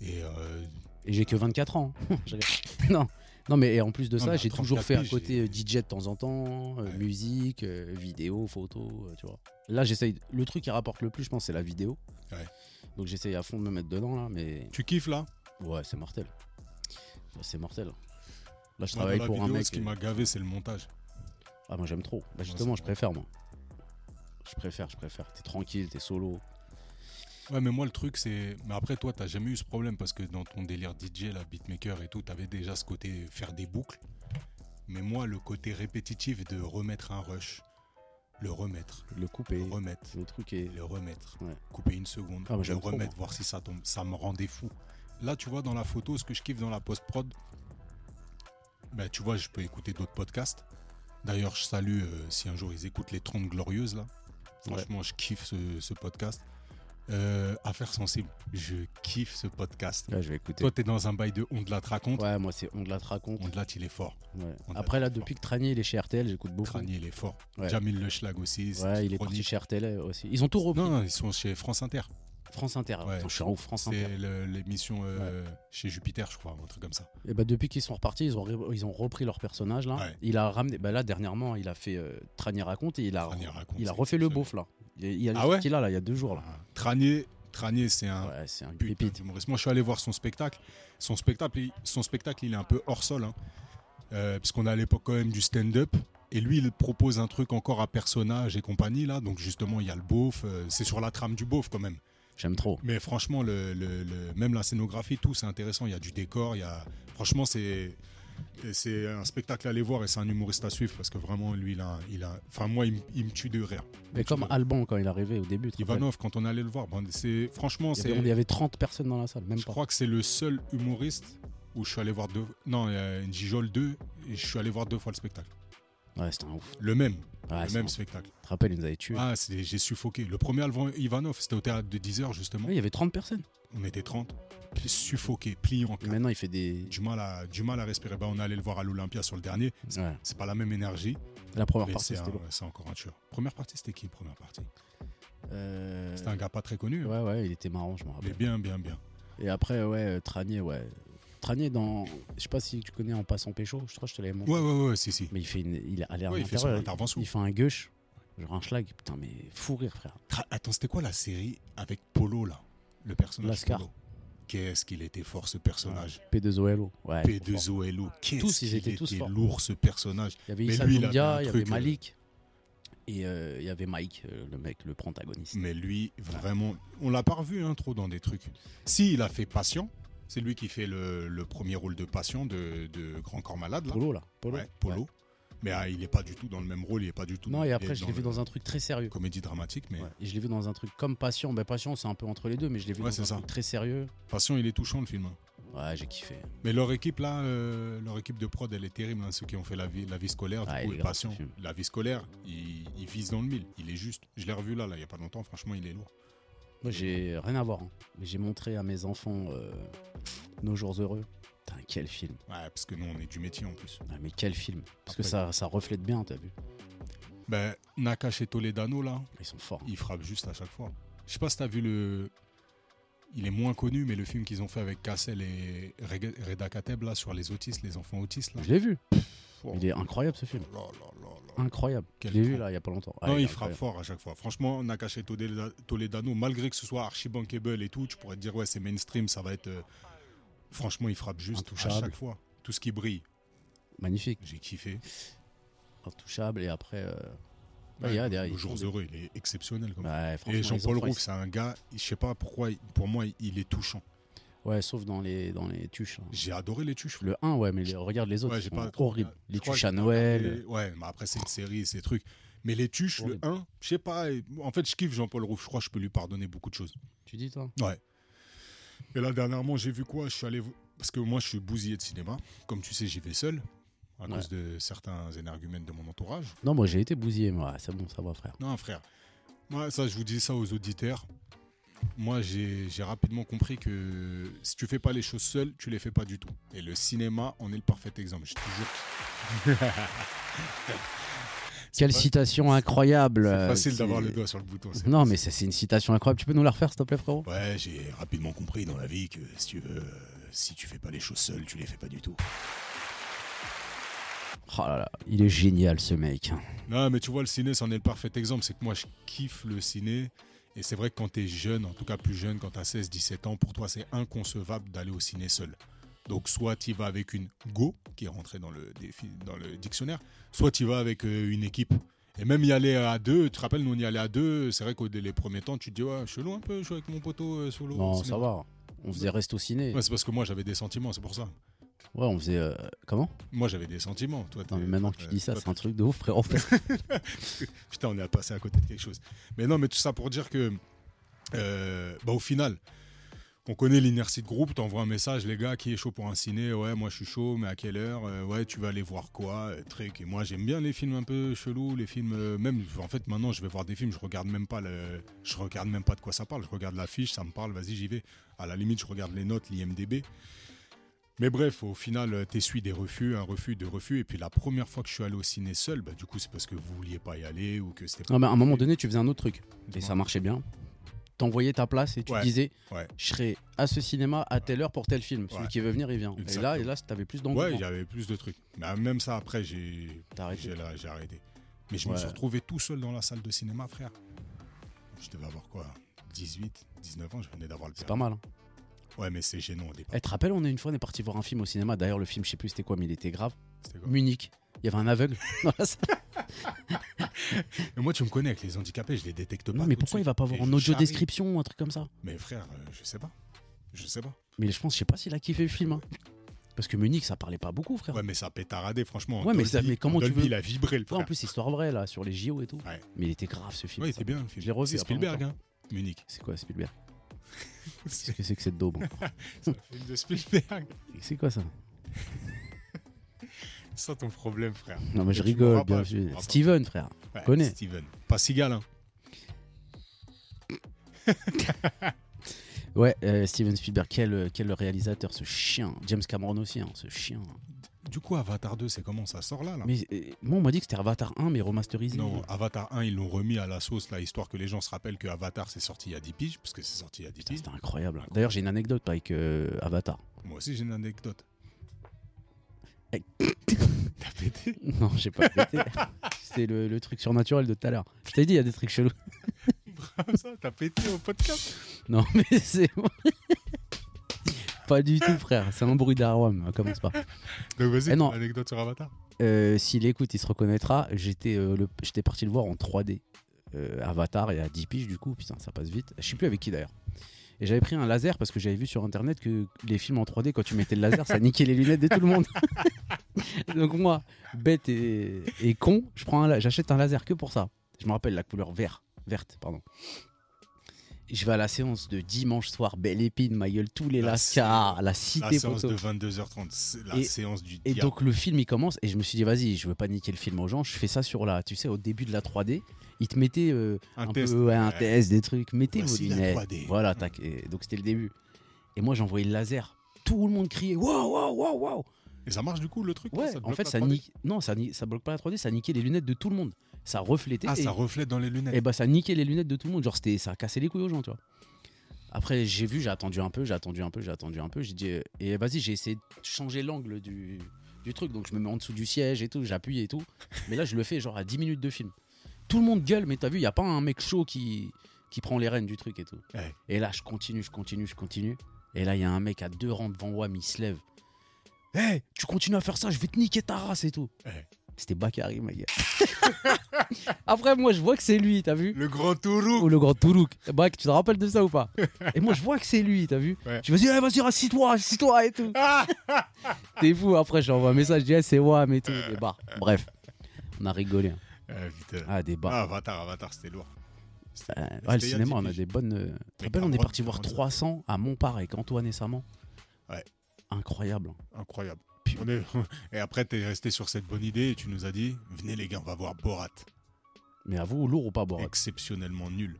Et euh,
Et j'ai que 24 ans.
<laughs>
Je rigole. <laughs> non. Non, mais et en plus de
Non,
ça,
mais à
j'ai toujours
34
fait à
piges,
côté
j'ai-
euh, DJ de temps en temps, euh,
Ouais.
musique, euh, vidéo, photo, euh, tu vois. Là, j'essaye. Le truc qui rapporte le plus, je pense, c'est la vidéo.
Ouais.
Donc j'essaye à fond de me mettre dedans, là, mais
tu kiffes là
ouais, c'est mortel. Ouais, C'est mortel. Là, je
Moi, dans
travaille
la
pour un
vidéo,
mec.
Ce qui
euh,
m'a gavé, c'est le montage.
Ah, moi, j'aime trop. Bah, justement,
c'est
je préfère, moi. Je préfère, je préfère. T'es tranquille, t'es solo.
Ouais, mais moi, le truc, c'est. Mais après, toi, t'as jamais eu ce problème parce que dans ton délire DJ, la beatmaker et tout, t'avais déjà ce côté faire des boucles. Mais moi, le côté répétitif de remettre un rush, le remettre,
Le couper.
le remettre,
Le truc est.
le remettre,
Ouais.
couper une seconde,
Ah, moi,
le
j'aime trop,
remettre, voir si ça tombe. Ça me rendait fou. Là, tu vois, dans la photo, ce que je kiffe dans la post-prod, bah, tu vois, je peux écouter d'autres podcasts. D'ailleurs, je salue euh, si un jour ils écoutent les 30 Glorieuses, là. Franchement, je kiffe ce, ce podcast. Euh, Affaires sensibles, je kiffe ce podcast.
Là, je vais écouter.
Toi, t'es dans un bail de on de la te raconte.
Ouais, moi, c'est On de la te raconte.
On de la, il est fort.
Ouais.
On de
Après,
la
là,
te raconte.
depuis que Tranier, il est chez RTL, j'écoute beaucoup.
Cranier, il est fort.
Ouais.
Jamil Le Schlag aussi. c'est
Ouais,
une
il est parti
chronique.
chez RTL aussi. Ils ont tout repris.
Non, non, ils sont chez France Inter.
France Inter.
Ouais.
Putain, je suis un ouf, France Inter.
C'est le- l'émission euh, chez Jupiter, je crois, un truc comme ça.
Et bah, depuis qu'ils sont repartis, ils ont, re- ils ont repris leur personnage, là.
Ouais.
Il a ramené. Bah, là, dernièrement, il a fait euh, Tranier raconte et il a,
Tranier raconte,
il a
c'est
refait le
exceptionnel.
beauf, là. Il il y a
Ah
juste
ouais
qu'il a, là, il y a deux jours, là.
Ah, Tranier, Tranier, c'est un
Ouais, c'est un
putain
pépite.
d'humoriste. Moi, je suis allé voir son spectacle. Son spectacle, il, son spectacle, il est un peu hors sol, hein. Euh, puisqu'on est à l'époque quand même du stand-up. Et lui, il propose un truc encore à personnage et compagnie, là. Donc, justement, il y a le beauf. euh, c'est sur la trame du beauf, quand même.
J'aime trop.
Mais franchement, le, le- le- même la scénographie, tout, c'est intéressant. Il y a du décor, il y a... Franchement, c'est... C'est un spectacle à aller voir et c'est un humoriste à suivre parce que vraiment, lui, il a. Il a... Enfin, moi, il, me- il me tue de rire.
Mais comme
vois.
Alban, quand il est arrivé au début, tu te rappelles
Ivanov, quand on allait le voir, bon, c'est... franchement,
il y, avait,
c'est.
il y avait 30 personnes dans la salle, même
Je
pas.
crois que c'est le seul humoriste où je suis allé voir deux. Non, euh, Gijol 2, et je suis allé voir deux fois le spectacle.
Ouais, c'était un ouf.
Le même, le
Ouais, Ah, c'est un
même
ouf.
spectacle.
Tu te rappelles, il nous avait tués.
Ah, c'est- j'ai suffoqué. Le premier avant Ivanov, c'était au théâtre de 10h, justement.
Ouais, il y avait 30 personnes.
On était 30. Suffoqué, plié en
Et
quatre.
maintenant, il fait des.
du mal à du mal à respirer. Bah, on est allé le voir à l'Olympia sur le dernier. C'est-
Ouais.
C'est pas la même énergie.
La première
Ah. mais
partie,
c'est
c'était
un-
lourd.
c'est encore un tueur. Première partie, c'était qui première partie
Euh,
C'était un gars pas très connu. hein,
Ouais, ouais, il était marrant, je me rappelle.
Mais bien, bien, bien.
Et après, ouais, euh, Tranier, ouais. Tranier, dans. Je sais pas si tu connais En passant Pécho, je crois que je te l'avais montré.
Ouais, ouais, ouais, si, si.
Mais il fait une. Il est allé à
Ouais, il fait son
l'intérieur,
intervention.
Il fait un gueuche, genre un schlag. Putain, mais fou rire, frère.
Tra- Attends, c'était quoi la série avec Polo là Le personnage
Lascar.
Polo. Qu'est-ce qu'il était fort ce personnage
P2OLO. Ouais. ils sont forts.
P2OLO.
Tous,
Qu'est-ce
ils
qu'il
étaient
était,
tous forts.
lourd ce personnage.
Il y avait
Mais
Issa
lui, il
Doumbia,
avait un
il y avait
truc, euh,
Malik. Et euh, il y avait Mike, euh, le mec, le protagoniste.
Mais lui, vraiment, on l'a pas revu hein, trop dans des trucs. Si, il a fait Patient. C'est lui qui fait le, le premier rôle de Patient de, de Grand Corps Malade là.
Polo, là. Polo.
Ouais, Polo.
Ouais.
Mais ah, il n'est pas du tout dans le même rôle, il n'est pas du tout.
Non, et
il
après,
est
je l'ai vu
le-
dans un truc très sérieux.
comédie dramatique, mais
Ouais. Et je l'ai vu dans un truc comme Passion. Ben, Passion, c'est un peu entre les deux, mais je l'ai vu
Ouais,
dans
c'est
un
ça.
truc très sérieux.
Passion, il est touchant le film.
Ouais, j'ai kiffé.
Mais leur équipe là, euh, leur équipe de prod, elle est terrible. hein, ceux qui ont fait la vie, la vie scolaire, du
Ah,
coup,
il est
et
grave,
Passion.
ce film.
La vie scolaire, il, il vise dans le mille. Il est juste. Je l'ai revu là, là, il y a pas longtemps. Franchement, il est lourd.
Moi, j'ai rien à voir. hein. Mais j'ai montré à mes enfants euh, Nos jours heureux. Putain, quel film.
Ouais, parce que nous, on est du métier en plus.
Ah, mais quel film. Parce que
Après-
ça, ça reflète bien, t'as vu.
Ben, Nakash et Toledano là,
Ils sont forts. hein.
il frappe juste à chaque fois. Je sais pas si t'as vu le. Il est moins connu, mais le film qu'ils ont fait avec Cassel et Reg- Reda Kateb là sur les autistes, les enfants autistes là.
Je l'ai vu.
Oh
Il est incroyable ce film.
là là là là.
Incroyable.
Quel
je l'ai vu
tronc.
là, il y a pas longtemps. Ah,
Non,
est
il frappe
incroyable.
fort à chaque fois. Franchement, Nakache Toleda- Toledano, malgré que ce soit archi-bankable et tout, tu pourrais te dire, ouais, c'est mainstream, ça va être. euh, Franchement, il frappe juste à
Intouchable.
chaque fois. Tout ce qui brille,
Magnifique.
j'ai kiffé.
Intouchable. Et après. euh, bah,
Ouais,
il y a- il y a-
Le
ils
jour
font des-
heureux, il est exceptionnel. Comme
Ouais, franchement,
et
les
Jean-Paul
enfants, ils-
Rouve, c'est un gars, je sais pas pourquoi, il- pour moi, il est touchant.
Ouais, sauf dans les, dans les tuches. hein.
J'ai adoré les tuches.
Le 1, ouais, mais les- regarde les autres.
Ouais,
ils
j'ai
sont
pas trop
horribles.
regardé.
Les
Je crois
tuches
que
à
j'ai Et-
Noël.
Ouais, mais après, c'est une série, c'est trucs. Mais les tuches, le
Horrible.
1, je sais pas. et- En fait, je kiffe Jean-Paul Rouve. Je crois que je peux lui pardonner beaucoup de choses.
Tu dis, toi
Ouais. Et là, dernièrement, j'ai vu quoi Je suis allé. vo- Parce que moi, je suis bousillé de cinéma. Comme tu sais, j'y vais seul. À
Ouais.
cause de certains énergumènes de mon entourage.
Non, moi j'ai été bousillé, moi. C'est bon, ça va, frère.
Non, frère. Moi, ça, je vous dis ça aux auditeurs. Moi, j'ai j'ai rapidement compris que si tu fais pas les choses seul, tu les fais pas du tout. Et le cinéma en est le parfait exemple. J'ai toujours.
<laughs> Quelle
pas-
citation incroyable
C'est
euh,
facile
c'est-
d'avoir le doigt sur le bouton. c'est
Non,
facile.
mais ça, c'est une citation incroyable. Tu peux nous la refaire, s'il te plaît, frérot
Ouais, j'ai rapidement compris dans la vie que si tu veux, euh, si tu fais pas les choses seul, tu les fais pas du tout.
Oh là là, il est génial, ce mec.
Non, mais tu vois, le ciné, c'en est le parfait exemple. C'est que moi, je kiffe le ciné. Et c'est vrai que quand t'es jeune, en tout cas plus jeune, quand t'as 16, 17 ans, pour toi, c'est inconcevable d'aller au ciné seul. Donc, soit tu vas avec une go, qui est rentrée dans le, défi- dans le dictionnaire, soit tu vas avec euh, une équipe. Et même y aller à deux, tu te rappelles, nous on y allait à deux, c'est vrai qu'au les premiers temps, tu te dis, ouais, je suis loin un peu, je suis avec mon poteau euh, solo. au
Non,
cinéma.
ça va. On faisait resto ciné.
Ouais, c'est parce que moi j'avais des sentiments, c'est pour ça.
Ouais, on faisait. euh, comment
Moi, j'avais des sentiments. Toi,
Putain,
t'es-
mais maintenant que
toi,
tu dis ça,
toi,
c'est un truc de ouf,
<laughs>
frérot.
Putain, on est passé à côté de quelque chose. Mais non, mais tout ça pour dire que, euh, bah, au final, on connaît l'inertie de groupe. T'envoies un message, les gars, qui est chaud pour un ciné Ouais, moi je suis chaud, mais à quelle heure Euh, Ouais, tu vas aller voir quoi Euh, Truc. Et moi, j'aime bien les films un peu chelous, les films. euh, même, en fait, maintenant, je vais voir des films, je regarde même pas le, je regarde même pas de quoi ça parle. Je regarde l'affiche, ça me parle. Vas-y, j'y vais. À la limite, je regarde les notes, l'IMDb. Mais bref, au final, euh, t'essuies des refus, un refus, deux refus. Et puis la première fois que je suis allé au ciné seul, bah, du coup, c'est parce que vous vouliez pas y aller ou que c'était pas.
non, mais à un moment donné, tu faisais un autre truc. Et
Dis-moi.
ça marchait bien. T'envoyais ta place et tu
Ouais,
disais
ouais.
Je serai à ce cinéma à telle heure pour tel film. Celui
Ouais.
qui veut venir, il vient. Et là,
Exactement.
et là t'avais plus
Ouais, il
d'engouement.
y avait plus de trucs. Mais même ça, après, j'ai
T'as arrêté.
j'ai là, j'ai arrêté. Mais je me
Ouais.
suis retrouvé tout seul dans la salle de cinéma, frère. Je devais avoir quoi 18, 19 ans, je venais d'avoir le
C'est
permis.
pas mal. Hein.
Ouais, mais c'est gênant au départ.
Eh, te rappelles, on est une fois, on est parti voir un film au cinéma. D'ailleurs, le film, je sais plus c'était quoi, mais il était grave.
C'était quoi
Munich. Il y avait
<laughs>
un aveugle dans la salle.
Mais moi, tu me connais avec les handicapés, je les détecte pas.
Non, mais
tout de
pourquoi
suite.
il va pas voir
Et
en
je
audio
charrie.
description ou un truc comme ça
Mais frère, euh, je sais pas. Je sais pas.
Mais je pense, je sais pas s'il a kiffé le film. hein. Parce que Munich, ça parlait pas beaucoup, frère.
Ouais, mais ça a pétaradé, franchement. en
Ouais, mais ça-
Dolby-
mais comment
en
tu
Dolby,
veux-
Il a vibré le
Ouais, en
frère.
plus, histoire vraie, là, sur les JO et tout.
Ouais.
Mais il était grave ce film.
Ouais, il
ça.
était bien le film.
Je l'ai revu il
C'est
y a pas
Spielberg,
longtemps.
hein.
<laughs>
Munich.
C'est quoi Spielberg Qu'est-ce
C'est
que c'est que cette daube
<laughs>
hein
c'est un film de Spielberg. <laughs>
C'est quoi ça
C'est ça ton problème, frère.
Non, mais je
Tu
rigole,
m'auras
bien
pas, tu
sûr.
m'auras pas.
Steven, frère.
Ouais,
Connais.
Steven. Pas Seagal, hein.
Ouais, euh, Steven Spielberg, quel, euh, quel réalisateur, ce chien. James Cameron aussi, hein, ce chien.
Ah. Du coup, Avatar 2, c'est comment ça sort là, là
Mais euh, moi, on m'a dit que c'était Avatar 1, mais remasterisé.
Non, Avatar 1, ils l'ont remis à la sauce, là, histoire que les gens se rappellent que Avatar, c'est sorti il y a 10 piges, parce que c'est sorti il y a 10
Putain,
piges.
c'était incroyable. D'ailleurs, j'ai une anecdote avec euh, Avatar. <laughs>
Moi aussi, j'ai une anecdote.
Hey.
<laughs> T'as pété
Non,
<laughs>
j'ai pas pété. C'était le, le truc surnaturel de tout à l'heure. Je t'ai dit, il y a des trucs chelous.
Bravo, ça, T'as pété au podcast
Non, <laughs> mais c'est. pas du tout, frère. C'est un bruit d'arôme. Commence pas.
Donc vas-y,
Eh non.
anecdote sur Avatar.
Euh, S'il écoute, il se reconnaîtra. J'étais euh, le- j'étais parti le voir en 3D. Euh, Avatar et à 10 piges, du coup, putain, ça passe vite. Je sais plus avec qui d'ailleurs. Et j'avais pris un laser parce que j'avais vu sur internet que les films en 3D, quand tu mettais le laser, ça niquait les lunettes de tout le monde. <laughs> Donc moi, bête et, et con, je prends un la- j'achète un laser que pour ça. Je me rappelle la couleur vert, verte, pardon. Je vais à la séance de dimanche soir, belle épine, ma gueule, tous les
La
lascars, la
La
cité,
séance
poteau.
de 22h30, c'est la
Et-
séance du
Et
diable.
donc le film il commence et je me suis dit vas-y je veux pas niquer le film aux gens je fais ça sur la tu sais au début de la 3D ils te mettaient euh,
un,
un,
test.
peu ouais, un
Ouais.
test des trucs mettez vos
Voici la Mm.
lunettes
3D.
voilà tac Et donc c'était le début et moi j'envoyais le laser tout le monde criait waouh waouh waouh waouh
Et ça marche du coup, le truc là,
ouais
ça te
en
bloque
fait
la
ça
3D?
nique non ça ni- ça bloque pas la 3D ça niquait les lunettes de tout le monde ça reflétait
Ah,
et-
ça reflète dans les lunettes.
et bah ça niquait les lunettes de tout le monde. Genre c'était ça a cassé les couilles aux gens, tu vois. Après j'ai vu, j'ai attendu un peu, j'ai attendu un peu, j'ai attendu un peu. J'ai dit euh, et vas-y j'ai essayé de changer l'angle du, du truc. Donc je me mets en dessous du siège et tout, j'appuie et tout. Mais là je le fais genre à 10 minutes de film. Tout le monde gueule, mais t'as vu, y a pas un mec chaud qui qui prend les rênes du truc et tout.
Ouais.
Et là je continue, je continue, je continue. Et là il y a un mec à deux rangs devant moi, mais il se lève. Hé, tu continues à faire ça, je vais te niquer ta race et tout.
Ouais.
C'était Bakary, ma gueule. <laughs> Après, moi, je vois que c'est lui, t'as vu
Le grand Tourou
ou le grand Toulouk. Bah, tu te rappelles de ça ou pas Et moi, je vois que c'est lui, t'as vu
Ouais.
Je me dis, eh, vas-y, assis-toi, assis-toi
<laughs>
et tout.
Ah
T'es fou. Après, je lui envoie un message, je dis, eh, c'est WAM et tout, des bars. Bref, on a rigolé. hein.
Ah, putain.
Ah, des bars.
Ah, Avatar, Avatar, c'était lourd. C'était-
Euh, ouais,
c'était
le
il y a
cinéma,
10
on a
piges.
des bonnes. euh, Tu te
Mais
rappelles, on est
Cameron,
parti voir
Cameron,
300 à Montpar avec Antoine et Saman
Ouais.
Incroyable. hein.
Incroyable.
Putain.
On est- <laughs> Et après, t'es resté sur cette bonne idée et tu nous as dit Venez les gars, on va voir Borat.
Mais à vous, lourd ou pas, Borat
Exceptionnellement nul.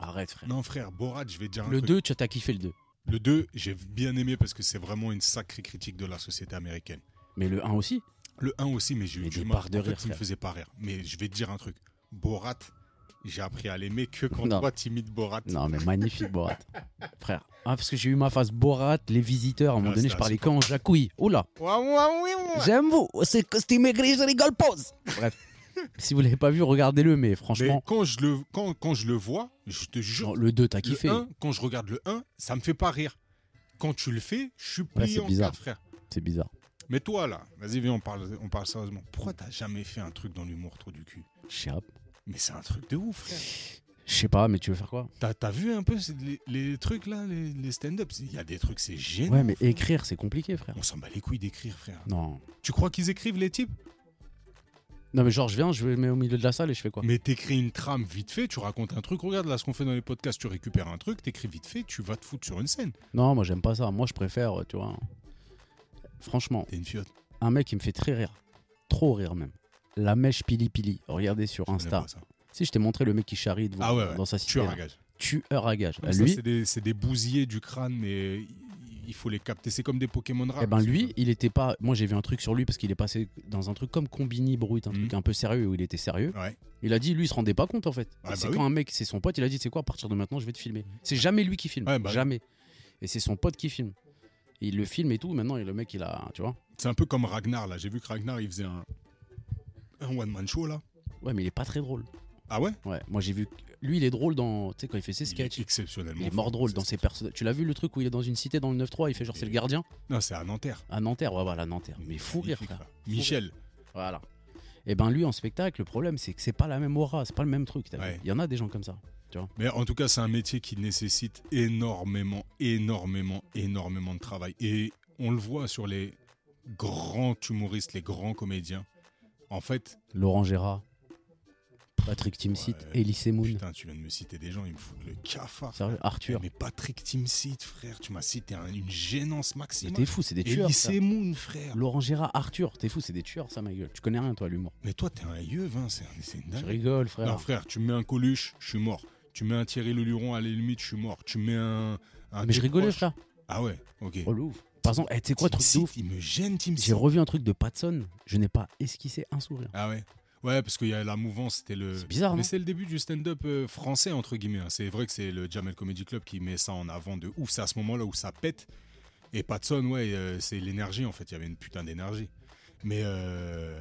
Arrête, frère.
Non, frère, Borat, je vais te dire un
Le
truc.
2, tu as kiffé le 2.
Le 2, j'ai bien aimé parce que c'est vraiment une sacrée critique de la société américaine.
Mais le 1 aussi
Le 1 aussi, mais j'ai eu
Mais
du
des
mal.
barres de
En fait,
rire,
il me
frère.
faisait pas rire. Mais je vais te dire un truc Borat, j'ai appris à l'aimer que quand
Non.
toi t'imites Borat.
Non, mais
<laughs>
magnifique Borat. Frère. Ah, parce que j'ai eu ma phase Borat, les visiteurs. À un moment
Ah,
donné,
c'est
je parlais qu'en jacouille. Oh là
Ouah, ouah, ouah, ouah.
J'aime vous, c'est costumé gris, je rigole, pause Bref,
<laughs>
si vous l'avez pas vu, regardez-le, mais
Mais
franchement,
quand je, le, quand, quand je le vois, je te jure,
genre, le 2, t'as
Le
kiffé.
1, quand je regarde le 1, ça me fait pas rire. Quand tu le fais, je suis
Ouais,
plié
c'est
en
bizarre.
quatre, frère.
C'est bizarre.
Mais toi, là, vas-y, viens, on parle, on parle sérieusement. Pourquoi t'as jamais fait un truc dans l'humour trop du cul
Je sais pas,
Mais c'est un truc de ouf, frère.
je Je sais pas, mais tu veux faire quoi
T'as t'as vu un peu c'est les, les trucs là, les, les stand-up Il y a des trucs, c'est gênant.
Ouais, mais écrire, c'est compliqué, frère.
On s'en bat les couilles d'écrire, frère.
Non.
Tu crois qu'ils écrivent les types
Non, mais genre, je viens, je me mets au milieu de la salle et je fais quoi
Mais t'écris une trame vite fait, tu racontes un truc. Regarde là ce qu'on fait dans les podcasts, tu récupères un truc, t'écris vite fait, tu vas te foutre sur une scène.
Non, moi, j'aime pas ça. Moi, je préfère, euh, tu vois. Franchement,
T'es une fiotte.
un mec qui me fait très rire. Trop rire, même. La mèche Pili Pili. Regardez sur
J'aime
Insta.
pas ça.
Si je t'ai montré le mec qui charrie devant-
Ah ouais, ouais.
dans sa
Tu
cité.
as
là.
un gage.
Tueur à gage.
Ça,
Bah, lui,
C'est des, c'est des bousillés du crâne, mais il- il faut les capter. C'est comme des Pokémon rares.
Eh ben lui, il était pas. Moi j'ai vu un truc sur lui parce qu'il est passé dans un truc comme Combini Brut, un
Mhm.
truc un peu sérieux où il était sérieux.
Ouais.
Il a dit, lui, il se rendait pas compte en fait.
Ah
Et c'est
bah
quand un mec, c'est son pote, il a dit, c'est quoi, à partir de maintenant, je vais te filmer. C'est jamais lui qui filme,
Ouais, bah oui.
jamais. Et c'est son pote qui filme. Et il le filme et tout. Maintenant, et le mec, il a, tu vois.
C'est un peu comme Ragnar là. J'ai vu que Ragnar il faisait un, un one-man show là.
Ouais, mais il est pas très drôle.
Ah ouais
Ouais, moi j'ai vu. Lui, il est drôle dans, tu sais, quand il fait ses
Il est
sketchs.
Exceptionnellement.
Il est mort
fort.
drôle dans
C'est-
ses personnages. Tu l'as vu le truc où il est dans une cité dans le 9-3, il fait genre c'est le gardien
Non, c'est à Nanterre.
à Nanterre. Ouais, voilà, Nanterre. Mais fou rire,
Magnifique,
frère.
là. Michel.
Voilà. Et ben lui en spectacle, le problème c'est que c'est pas la même aura, c'est pas le même truc. t'as vu.
Ouais.
Il y en a des gens comme ça.
Mais en tout cas, c'est un métier qui nécessite énormément, énormément, énormément de travail. Et on le voit sur les grands humoristes, les grands comédiens. En fait,
Laurent Gérard, Patrick Timsit,
Ouais.
Elise Moon,
putain, tu viens de me citer des gens, il me fout le cafard.
sérieux, Arthur.
Mais Patrick Timsit, frère, tu m'as cité un- une gênance
Mais
maximale.
T'es fou, c'est des tueurs.
Elie
ça.
Semoun, frère.
Laurent Gérard, Arthur, t'es fou, c'est des tueurs, ça ma gueule. Tu connais rien toi à l'humour.
Mais toi, t'es un yeux, hein, c'est c'est une
Je
dingue.
rigole frère.
Non, frère, tu mets un Coluche, je suis mort. Tu mets un Thierry Leluron, à la limite, je suis mort. Tu mets un. un
mais je
Dave
rigolais
Proche.
frère.
Ah ouais, ok.
Oh, le ouf. Par exemple, eh, tu sais quoi truc de
Timsit,
ouf
Il me gêne, Tim
J'ai revu un truc de Patson, je n'ai pas esquissé un sourire.
Ah ouais. Ouais, parce qu'il y a la mouvance, c'était le.
C'est bizarre,
Euh, Mais
non
c'est le début du stand-up euh, français, entre guillemets. hein. C'est vrai que c'est le Jamel Comedy Club qui met ça en avant de ouf. C'est à ce moment-là où ça pète. Et Patson, ouais, euh, c'est l'énergie, en fait. Il y avait une putain d'énergie. Mais. euh,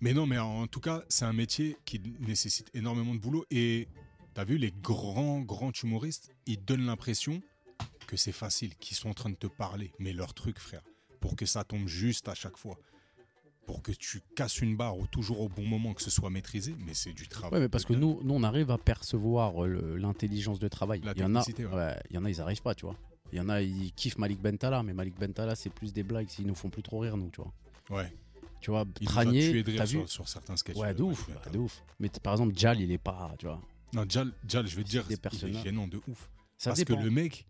Mais non, mais en tout cas, c'est un métier qui nécessite énormément de boulot. Et t'as vu, les grands, grands humoristes, ils donnent l'impression que c'est facile, qu'ils sont en train de te parler. Mais leur truc, frère, pour que ça tombe juste à chaque fois, pour que tu casses une barre ou toujours au bon moment, que ce soit maîtrisé, mais c'est du travail.
Ouais, mais parce que
de
nous, nous on arrive à percevoir euh, le- l'intelligence de travail.
La
il y en a,
technicité, ouais.
ouais, il y en a, ils arrivent pas, tu vois. Il y en a, ils kiffent Malik Bentala, mais Malik Bentala, c'est plus des blagues, ils nous font plus trop rire, nous, tu vois.
dingue. Ouais,
Tu
il
vois,
nous a tués
Tranier,
de rire
t'as vu
sur, sur certains sketchs.
Ouais, de
Malik
ouf, ouais, de
Bentala.
ouf. Mais t- par exemple, Jal, il est pas, tu vois.
Non, Jal, Jal, je vais te
C'est
dire,
des
il est
personnages.
gênant de ouf.
Ça
parce
dépend.
que le mec,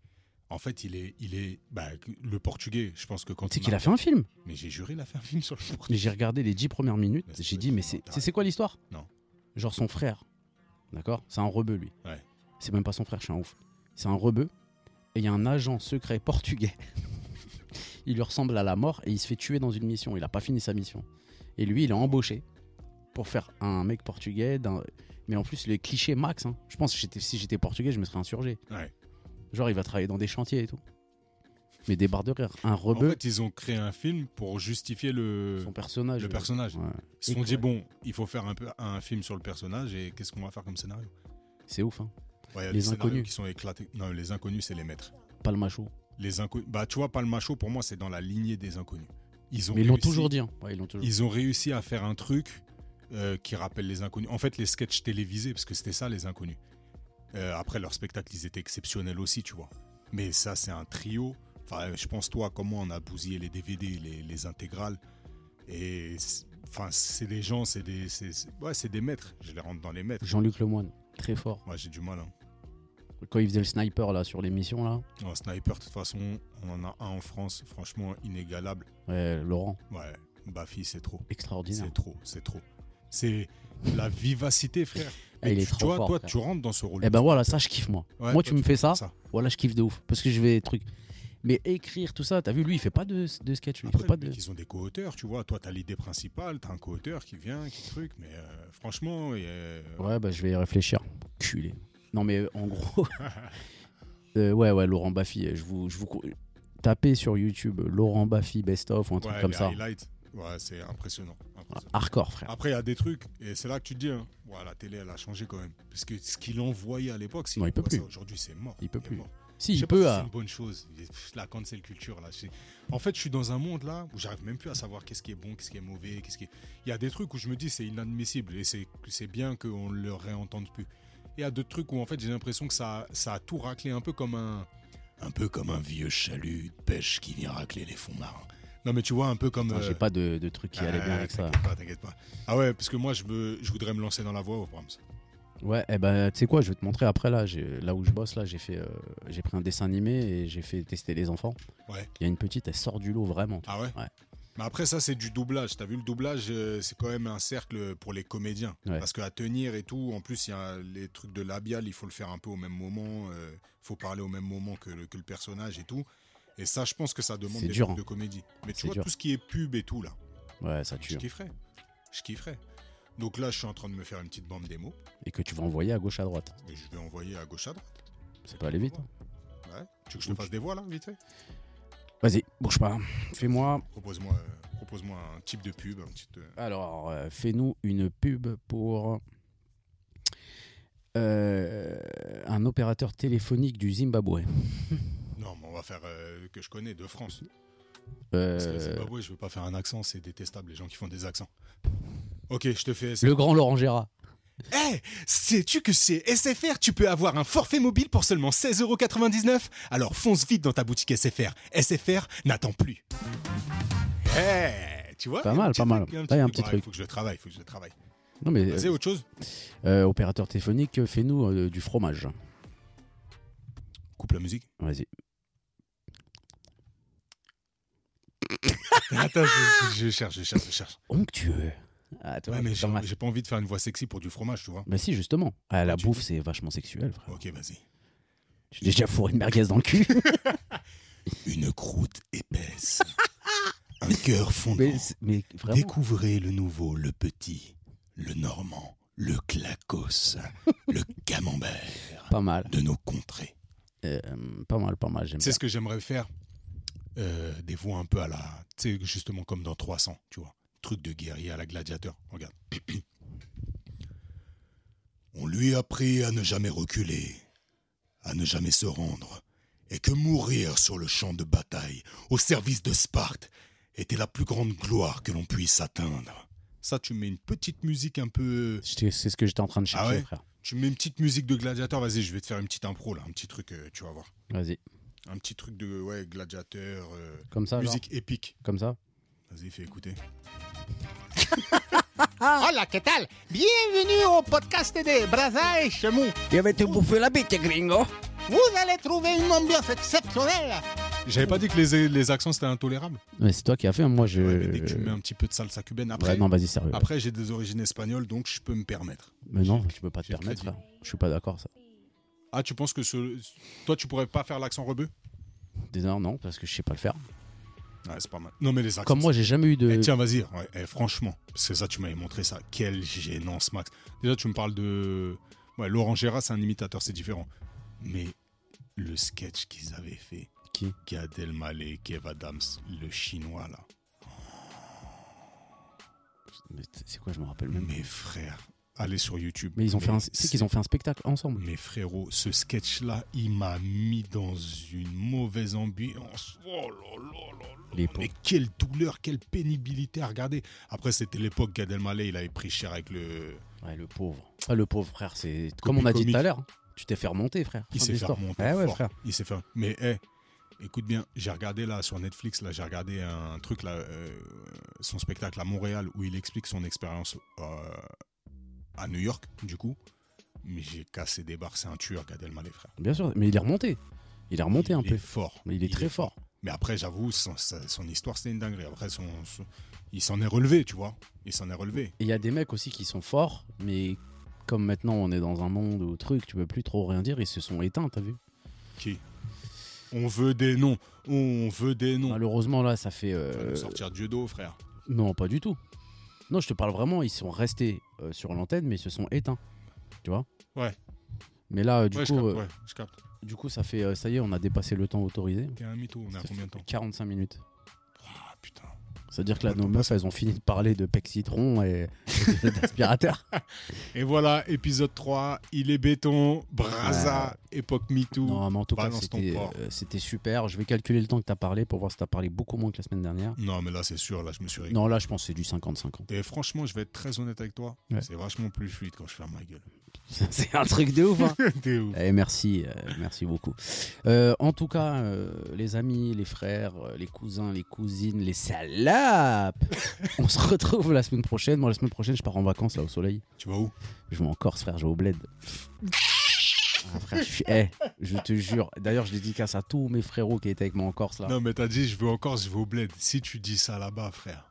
en fait, il est. Il est bah, le portugais, je pense que quand.
Tu sais
on
qu'il a fait un film.
Mais j'ai juré, il a fait un film sur le portugais.
Mais j'ai regardé les 10 premières minutes,
Mais c'est
j'ai
pas
dit, mais
étonnant,
c'est
t'as
c'est- c'est quoi l'histoire
Non.
Genre son frère, d'accord C'est un rebeu, lui.
Ouais.
C'est même pas son frère, je suis un ouf. C'est un rebeu, et il y a un agent secret portugais. <laughs> il lui ressemble à la mort, et il se fait tuer dans une mission. Il a pas fini sa mission. Et lui, il est embauché pour faire un mec portugais. d'un- Mais en plus, les clichés max, hein. je pense que j'étais- si j'étais portugais, je me serais insurgé.
Ouais.
Genre, il va travailler dans des chantiers et tout. Mais des barres de rire. Un
En
rebeu,
fait, ils ont créé un film pour justifier le,
son personnage.
le
euh,
personnage.
ouais.
Ils se sont
Et
dit,
quoi
bon, il faut faire un, peu, un film sur le personnage et qu'est-ce qu'on va faire comme scénario
C'est ouf, hein.
Ouais, il y a
Les
des scénarios
Inconnus.
qui sont éclatés. Non, les inconnus, c'est les maîtres.
Pas le macho.
Les inconnus. Bah, tu vois, Palmacho, pour moi, c'est dans la lignée des inconnus. Ils ont
Mais ils l'ont
réussi-
toujours dit. hein. Ouais, ils l'ont toujours dit.
Ils ont réussi à faire un truc euh, qui rappelle les inconnus. En fait, les sketchs télévisés, parce que c'était ça, les inconnus. Euh, après, leur spectacle, ils étaient exceptionnels aussi, tu vois. Mais ça, c'est un trio. Enfin, je pense, toi, comment on a bousillé les DVD, les, les intégrales. Et c'est- enfin, c'est des gens, c'est des, c'est- c'est- ouais, c'est des maîtres. Je les rentre dans les maîtres.
Jean-Luc Lemoine, très fort.
Moi, j'ai du mal. Hein.
Quand il faisait le sniper là sur l'émission là,
Non, sniper, de toute façon, on en a un en France, franchement, inégalable.
ouais, Laurent,
Ouais, Bafi, c'est trop.
extraordinaire.
C'est trop, c'est trop. C'est la vivacité, frère.
Ah,
Mais
il est
tu,
trop
tu vois,
fort,
toi,
frère.
tu rentres dans ce rôle.
Eh ben voilà, ça je kiffe moi.
Ouais, toi,
moi tu me fais ça,
ça.
voilà je kiffe de ouf parce que je vais truc. Mais écrire tout ça, t'as vu lui il fait pas de, de sketch, lui, il
Après,
fait pas
les
de.
mecs, ils ont des co-auteurs, tu vois. Toi, t'as l'idée principale, t'as un co-auteur qui vient, qui truc. Mais euh, franchement, et, euh,
Ouais bah je vais y réfléchir. Culé. Non mais euh,
<laughs>
en gros, <laughs> euh, ouais ouais Laurent Baffy, euh, je vous je vous co- tapez sur YouTube euh, Laurent Baffy best of ou un truc
ouais,
comme
les
ça.
highlights, ouais, c'est impressionnant.
Voilà,
impressionnant.
Hardcore frère.
Après, il y a des trucs, et c'est là que tu te dis, hein, ouais, la télé, elle a changé quand même. Parce que ce qu'il envoyait à l'époque, s'il
Non, il peut
envoie ça
plus.
Aujourd'hui, c'est mort.
Il peut
est
plus.
mort.
Si
Je
il
sais pas
peut euh,
si
hein. à-
C'est une bonne chose. Pff, La cancel culture, là. c'est- En fait, je suis dans un monde, là, où j'arrive même plus à savoir qu'est-ce qui est bon, qu'est-ce qui est mauvais, qu'est-ce qui est- Il y a des trucs où je me dis, c'est inadmissible. Et c'est c'est bien qu'on ne le réentende plus. et à d'autres trucs où en fait j'ai l'impression que ça, ça a tout raclé un peu comme un. Un peu comme un vieux chalut de pêche qui vient racler les fonds marins. Non mais tu vois, un peu comme.
Putain, J'ai
euh,
pas de, de truc qui allait bien
euh,
avec ça.
T'inquiète pas, t'inquiète pas. Ah ouais, parce que moi je, me, je voudrais me lancer dans la voie au Brahms.
Ouais, eh ben, tu sais quoi, je vais te montrer après là, j'ai- là où je bosse là, j'ai fait, euh, j'ai pris un dessin animé et j'ai fait tester les enfants.
Ouais.
Il y a une petite, elle sort du lot vraiment. tu
Ah ouais
Ouais.
Mais après, ça, c'est du doublage. T'as vu, le doublage, euh, c'est quand même un cercle pour les comédiens.
Ouais.
Parce qu'à tenir et tout, en plus, il y a les trucs de labial, il faut le faire un peu au même moment. euh, faut parler au même moment que le, que le personnage et tout. Et ça, je pense que ça demande
C'est
des
dur,
trucs
hein.
de comédie. Mais tu
C'est
vois,
dur.
tout ce qui est pub et tout, là,
vois. Ouais, ça
je
tue.
kifferais. Je kifferais. Donc là, je suis en train de me faire une petite bande démo.
hein. Et que tu vas envoyer à gauche à droite.
Et je vais envoyer à gauche, à droite.
Ça peut aller vite. hein.
Ouais. Tu veux que je te fasse des voix, là, vite fait
Vas-y, bouge pas. Fais-moi.
Propose-moi euh, propose-moi un type de pub. Un petit, euh,
Alors, euh, fais-nous une pub pour euh, un opérateur téléphonique du Zimbabwe.
Non, mais on va faire euh, que je connais, de France. Parce que le
Euh,
Zimbabwe, je veux pas faire un accent, c'est détestable les gens qui font des accents. Ok, je te fais SFR.
le grand Laurent Gérard.
Eh Sais-tu que chez SFR, tu peux avoir un forfait mobile pour seulement 16,99€ Alors fonce vite dans ta boutique SFR. SFR n'attend plus. Eh Tu vois
Pas
il y a un
mal,
petit
pas mal.
truc, il y a
Là, il y a un petit
Ouais,
truc.
Faut que je le travaille, faut que je le travaille.
Non mais
Vas-y,
euh,
autre chose
euh, opérateur téléphonique, fais-nous euh, du fromage.
Coupe la
<laughs>
musique.
Vas-y. Ah,
Attends, je, je- je cherche, je cherche, je cherche.
Onctueux. Ah, toi,
Ouais, mais
c'est
j'ai
pas mal.
j'ai pas envie de faire une voix sexy pour du fromage, tu vois.
Bah si, justement. Ah, la
Ouais, tu
bouffe, c'est vachement sexuel, frère.
Ok, vas-y.
J'ai déjà fourré une merguez dans le
<laughs>
cul.
Une croûte
<laughs>
épaisse. un cœur fondant.
mais, c'est- mais vraiment.
Découvrez le nouveau, le petit, le normand, le clacos, le camembert
Pas mal.
de nos contrées.
Euh, pas mal, pas mal. J'aime
C'est
bien.
ce que j'aimerais faire. euh, des voix un peu à la. Tu sais, justement comme dans 300, tu vois. Truc de guerrier à la gladiateur. Regarde. <clears throat> On lui a appris à ne jamais reculer, à ne jamais se rendre, et que mourir sur le champ de bataille, au service de Sparte, était la plus grande gloire que l'on puisse atteindre. Ça, tu mets une petite musique un peu.
J'étais- C'est ce que j'étais en train de chercher,
Ah ouais
frère.
Tu mets une petite musique de gladiateur. Vas-y, je vais te faire une petite impro là, un petit truc, euh, tu vas voir.
Vas-y.
Un petit truc de ouais, gladiateur. euh,
Comme ça, genre.
Musique épique.
Comme ça.
Vas-y, fais écouter.
Hola, ¿qué tal? Bienvenido au podcast de Braza et Chemou.
Il avait été bouffé la bite, gringo.
Vous allez trouver une ambiance exceptionnelle.
J'avais pas dit que les, les accents c'était intolérable.
Mais c'est toi qui as fait, hein, moi je.
Ouais, mais dès que tu mets un petit peu de salsa cubaine après.
Ouais, non, vas-y, sérieux.
Après, j'ai des origines espagnoles, donc je peux me permettre.
Mais non, tu peux pas te
j'ai le
permettre,
crédit.
frère. Je suis pas d'accord, ça.
Ah, tu penses que ce... toi, tu pourrais pas faire l'accent rebeu
Déjà, non, parce que je sais pas le faire.
Ouais, c'est pas mal. Non, mais les accents.
Comme moi, j'ai jamais eu de.
Eh, tiens, vas-y. Ouais, eh, franchement, parce que ça, tu m'avais montré ça. Quelle gênance, Max. Déjà, tu me parles de. Ouais, Laurent Gérard, c'est un imitateur, c'est différent. Mais le sketch qu'ils avaient fait.
Qui
Gad Elmaleh, Kev Adams, le chinois, là.
Mais t- C'est quoi, je me rappelle même.
Mes frères, allez sur YouTube.
Mais ils ont fait un. C'est
c'est-
qu'ils ont fait un spectacle ensemble.
Mes frérots, ce sketch-là, il m'a mis dans une mauvaise ambiance. Oh là là là là.
Les pauvres.
Mais quelle douleur, quelle pénibilité à regarder. Après, c'était l'époque Gad Elmaleh, il avait pris cher avec le.
Ouais, le pauvre. Pas Ah, le pauvre, frère. C'est comme on a dit
comique.
tout à l'heure. hein. Tu t'es fait remonter, frère.
Il
Fin de
s'est fait
l'histoire. Ah
remonter.
Ouais, ouais,
fort.
frère.
Il s'est fait. Mais hé, écoute bien, j'ai regardé là sur Netflix, là j'ai regardé un truc là, euh, son spectacle à Montréal où il explique son expérience euh, à New York, du coup. Mais j'ai cassé des barres, c'est un tueur, Gad Elmaleh, frère.
Bien sûr. Mais il est remonté. Il est remonté un
il est
peu.
fort.
Mais il est très fort.
Mais après, j'avoue, son, sa- son histoire, c'est une dinguerie. Après, son, son- il s'en est relevé, tu vois. Il s'en est relevé.
Et il y a des mecs aussi qui sont forts, mais comme maintenant on est dans un monde où truc, tu peux plus trop rien dire, ils se sont éteints, t'as vu
Qui On veut des noms. On veut des noms.
Malheureusement là, ça
Mm. Tu
fait.
vas
Ah, euh,
nous sortir Dieu d'eau, frère.
Non, pas du tout. Non, je te parle vraiment, ils sont restés euh, sur l'antenne, mais ils se sont éteints. Tu vois
Ouais.
Mais là, euh, du,
ouais,
coup,
je capte,
euh,
ouais, je capte.
du coup, ça fait. euh, ça y est, on a dépassé le temps autorisé.
T'es un mytho, on est à
Ça
combien de
fait
temps
45 minutes.
Ah, putain.
C'est-à-dire que là,
Ouais,
nos
t'en
meufs, elles ont fini de parler de pec citron et et <laughs> d'aspirateur.
Et voilà, épisode 3, il est béton, Braza, époque MeToo.
Non, mais en tout cas,
Balance ton
c'était
porc.
euh, c'était super. Je vais calculer le temps que t'as parlé pour voir si t'as parlé beaucoup moins que la semaine dernière.
Non, mais là, c'est sûr, là, je me suis régalé.
Non, là, je pense que c'est du 50-50.
Et franchement, je vais être très honnête avec toi.
Ouais.
C'est vachement plus fluide quand je ferme ma gueule. <laughs>
<laughs> C'est un truc de ouf. hein.
T'es ouf.
Eh, merci, euh, merci beaucoup. Euh, en tout cas, euh, les amis, les frères, euh, les cousins, les cousines, les salapes, on se retrouve la semaine prochaine. Moi, la semaine prochaine, je pars en vacances là au soleil.
Tu vas où
Je vais en Corse, frère, je vais au bled. Ah, frère, je, suis... eh, je te jure. D'ailleurs, je dédicace à tous mes frérots qui étaient avec moi en Corse là. Non,
Non, mais t'as dit, je veux encore, je vais au bled. Si tu dis ça là-bas, frère.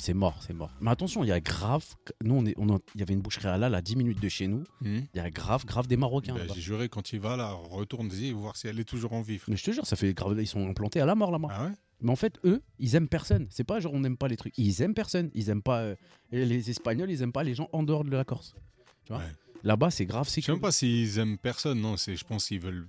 c'est mort, c'est mort. Mais attention, il y a grave. Nous, on est- on en- il y avait une boucherie à là, à 10 minutes de chez nous. Il y a grave, grave des Marocains.
Ben,
là-bas.
J'ai juré, quand il va là, retourne-y, voir si elle est toujours en vie, frère.
Mais je te jure, ça fait grave. Ils sont implantés à la mort là-bas.
Ah ouais
Mais en fait, eux, ils aiment personne. C'est pas genre on n'aime pas les trucs. Ils aiment personne. Ils aiment pas euh, les Espagnols. Ils aiment pas les gens en dehors de la Corse. Tu vois
Ouais.
Là-bas, c'est grave. C'est
Je sais même pas s'ils aiment personne, non. c'est- Je pense qu'ils veulent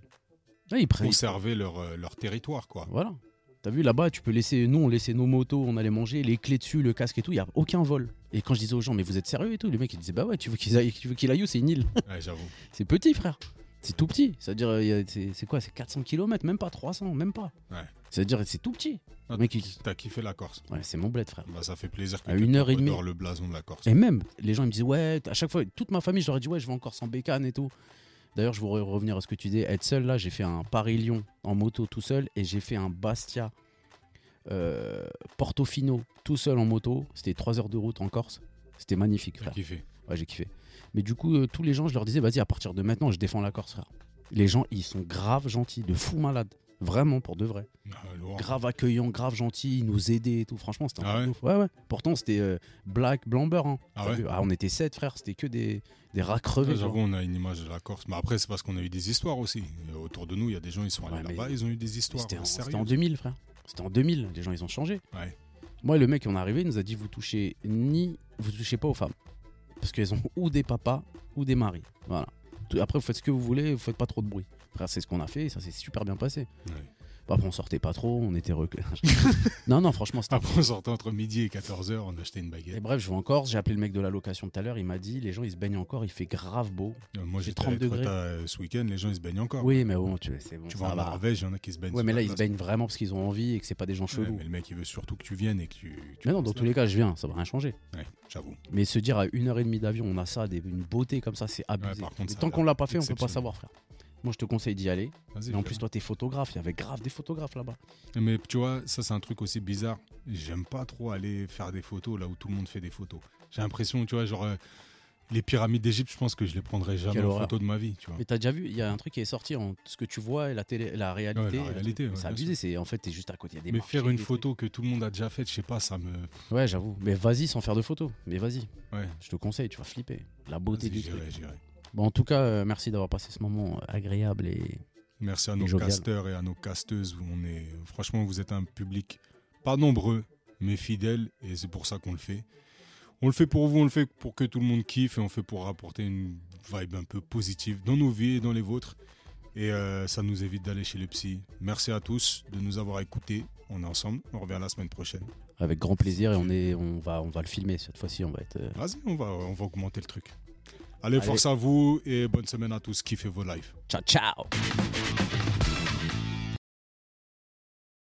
ils prennent.
conserver leur, euh, leur territoire,
<laughs>
quoi.
Voilà. T'as vu là-bas, tu peux laisser. Nous, on laissait nos motos, on allait manger, les clés dessus, le casque et tout. Il y a aucun vol. Et quand je disais aux gens, mais vous êtes sérieux et tout, les mecs ils disaient, bah ouais, tu veux qu'ils aillent, tu veux qu'il aille où C'est une île. <laughs>
Ouais, j'avoue.
C'est petit, frère. C'est tout petit. C'est-à-dire, euh, il y a- c'est c'est quoi C'est 400 km, même pas 300, même pas.
Ouais.
C'est-à-dire, c'est tout petit.
Ah,
Mais qui-
T'as kiffé la Corse.
Ouais, c'est mon bled, frère.
Bah, ça fait plaisir que
À
tu
une heure et demie.
redores le blason de la Corse.
Et même, les gens ils me disaient, ouais, à chaque fois, toute ma famille, je leur ai dit, ouais, je vais encore sans bécane et tout. D'ailleurs, je voudrais revenir à ce que tu dis. Être seul, là, j'ai fait un Paris-Lyon en moto tout seul et j'ai fait un Bastia euh, Portofino tout seul en moto. C'était 3 heures de route en Corse. C'était magnifique,
T'as
frère.
kiffé.
Ouais, j'ai kiffé. Mais du coup, euh, tous les gens, je leur disais, vas-y, à partir de maintenant, je défends la Corse, frère. Les gens, ils sont grave gentils, de fou malades. Vraiment, pour de vrai
Ah, lourd.
grave accueillant, grave gentil, ils nous aidaient et tout. Franchement, c'était un
Ah
truc de ouf. ouais, ouais. Pourtant, c'était euh, Black, Blamber. Hein.
Ah
T'as
ouais
vu on était sept frères, c'était que des, des rats
Ouais,
crevés. genre.
J'avoue, on a une image de la Corse. Mais après, c'est parce qu'on a eu des histoires aussi. Et autour de nous, il y a des gens, ils sont allés
Ouais, mais-
là-bas, ils ont eu des histoires.
C'était en,
hein,
c'était
sérieux.
en 2000, frère. C'était en 2000, les gens ils ont changé.
Ouais.
Moi, le mec, on est arrivé, il nous a dit vous touchez ni. Vous touchez pas aux femmes. Parce qu'elles ont ou des papas ou des maris. Voilà. Tout- Après, vous faites ce que vous voulez, vous faites pas trop de bruit. Frère, c'est ce qu'on a fait, et ça s'est super bien passé.
Ouais.
Après, on sortait pas trop, on était reclus. <laughs> non, non, franchement, c'était
Après, on sortait entre midi et 14h, on achetait une
Et
baguette.
bref, je vais en Corse, j'ai appelé le mec de la location tout à l'heure, il m'a dit les gens ils se baignent encore, il fait grave beau.
Euh, Moi,
j'ai
j'étais
30
allé
degrés.
Trotta, euh, ce week-end, les gens, ils se baignent encore.
Oui, mais bon, tu c'est bon.
Ah Tu
ça
vois, en
va.
Norvège, il y en a qui se baignent.
Ouais, mais
sur la
là ils se
plage.
baignent vraiment parce qu'ils ont envie et que c'est pas des gens
Ouais,
chelous.
mais le mec, il veut surtout que tu viennes et que tu. tu
mais non, dans
fasses
tous les cas, je viens, ça va rien changer.
la- Ouais, j'avoue.
Mais se dire à une heure et demie d'avion, on a ça, des- une beauté comme ça, c'est abusé.
par contre,
Et
ça a
tant
l'air
qu'on l'a pas fait, on peut pas
exceptionnel.
savoir, frère. Moi, je te conseille d'y aller.
Vas-y.
Et en
fais-le.
plus, toi, t'es photographe. Il y avait grave des photographes là-bas.
Mais tu vois, ça c'est un truc aussi bizarre. J'aime pas trop aller faire des photos là où tout le monde fait des photos. J'ai l'impression, tu vois, genre euh, les pyramides d'Égypte, je pense que je les prendrai jamais
Quelle
en
horreur.
photo de ma vie, tu vois.
Mais t'as déjà vu, il y a un truc qui est sorti en ce que tu vois et la télé, la
Ouais, la
réalité. et le
réalité,
truc.
ouais,
c'est
bien
abusé. C'est en fait, t'es juste à côté. Il y a des
Mais
marchés,
faire une
des trucs.
photo que tout le monde a déjà faite, je sais pas, ça me.
Ouais, j'avoue. Mais vas-y sans faire de photos. Mais vas-y.
Ouais.
Je te conseille, tu vas flipper. La beauté
Vas-y,
du truc.
J'irai, j'irai.
Bon, en tout cas, euh, merci d'avoir passé ce moment euh, agréable et
Merci à
Et
nos
jovial.
casteurs et à nos casteuses. On est... Franchement, vous êtes un public pas nombreux, mais fidèle, et c'est pour ça qu'on le fait. On le fait pour vous, on le fait pour que tout le monde kiffe, et on le fait pour rapporter une vibe un peu positive dans nos vies et dans les vôtres. Et euh, ça nous évite d'aller chez le psy. Merci à tous de nous avoir écoutés. On est ensemble, on revient la semaine prochaine.
avec grand plaisir. Et on est, on va, on va le filmer cette fois-ci. On va être. euh,
Vas-y, on va, on va augmenter le truc. Allez,
Allez.
force à vous et bonne semaine à tous. Kiffez vos lives.
Ciao, ciao.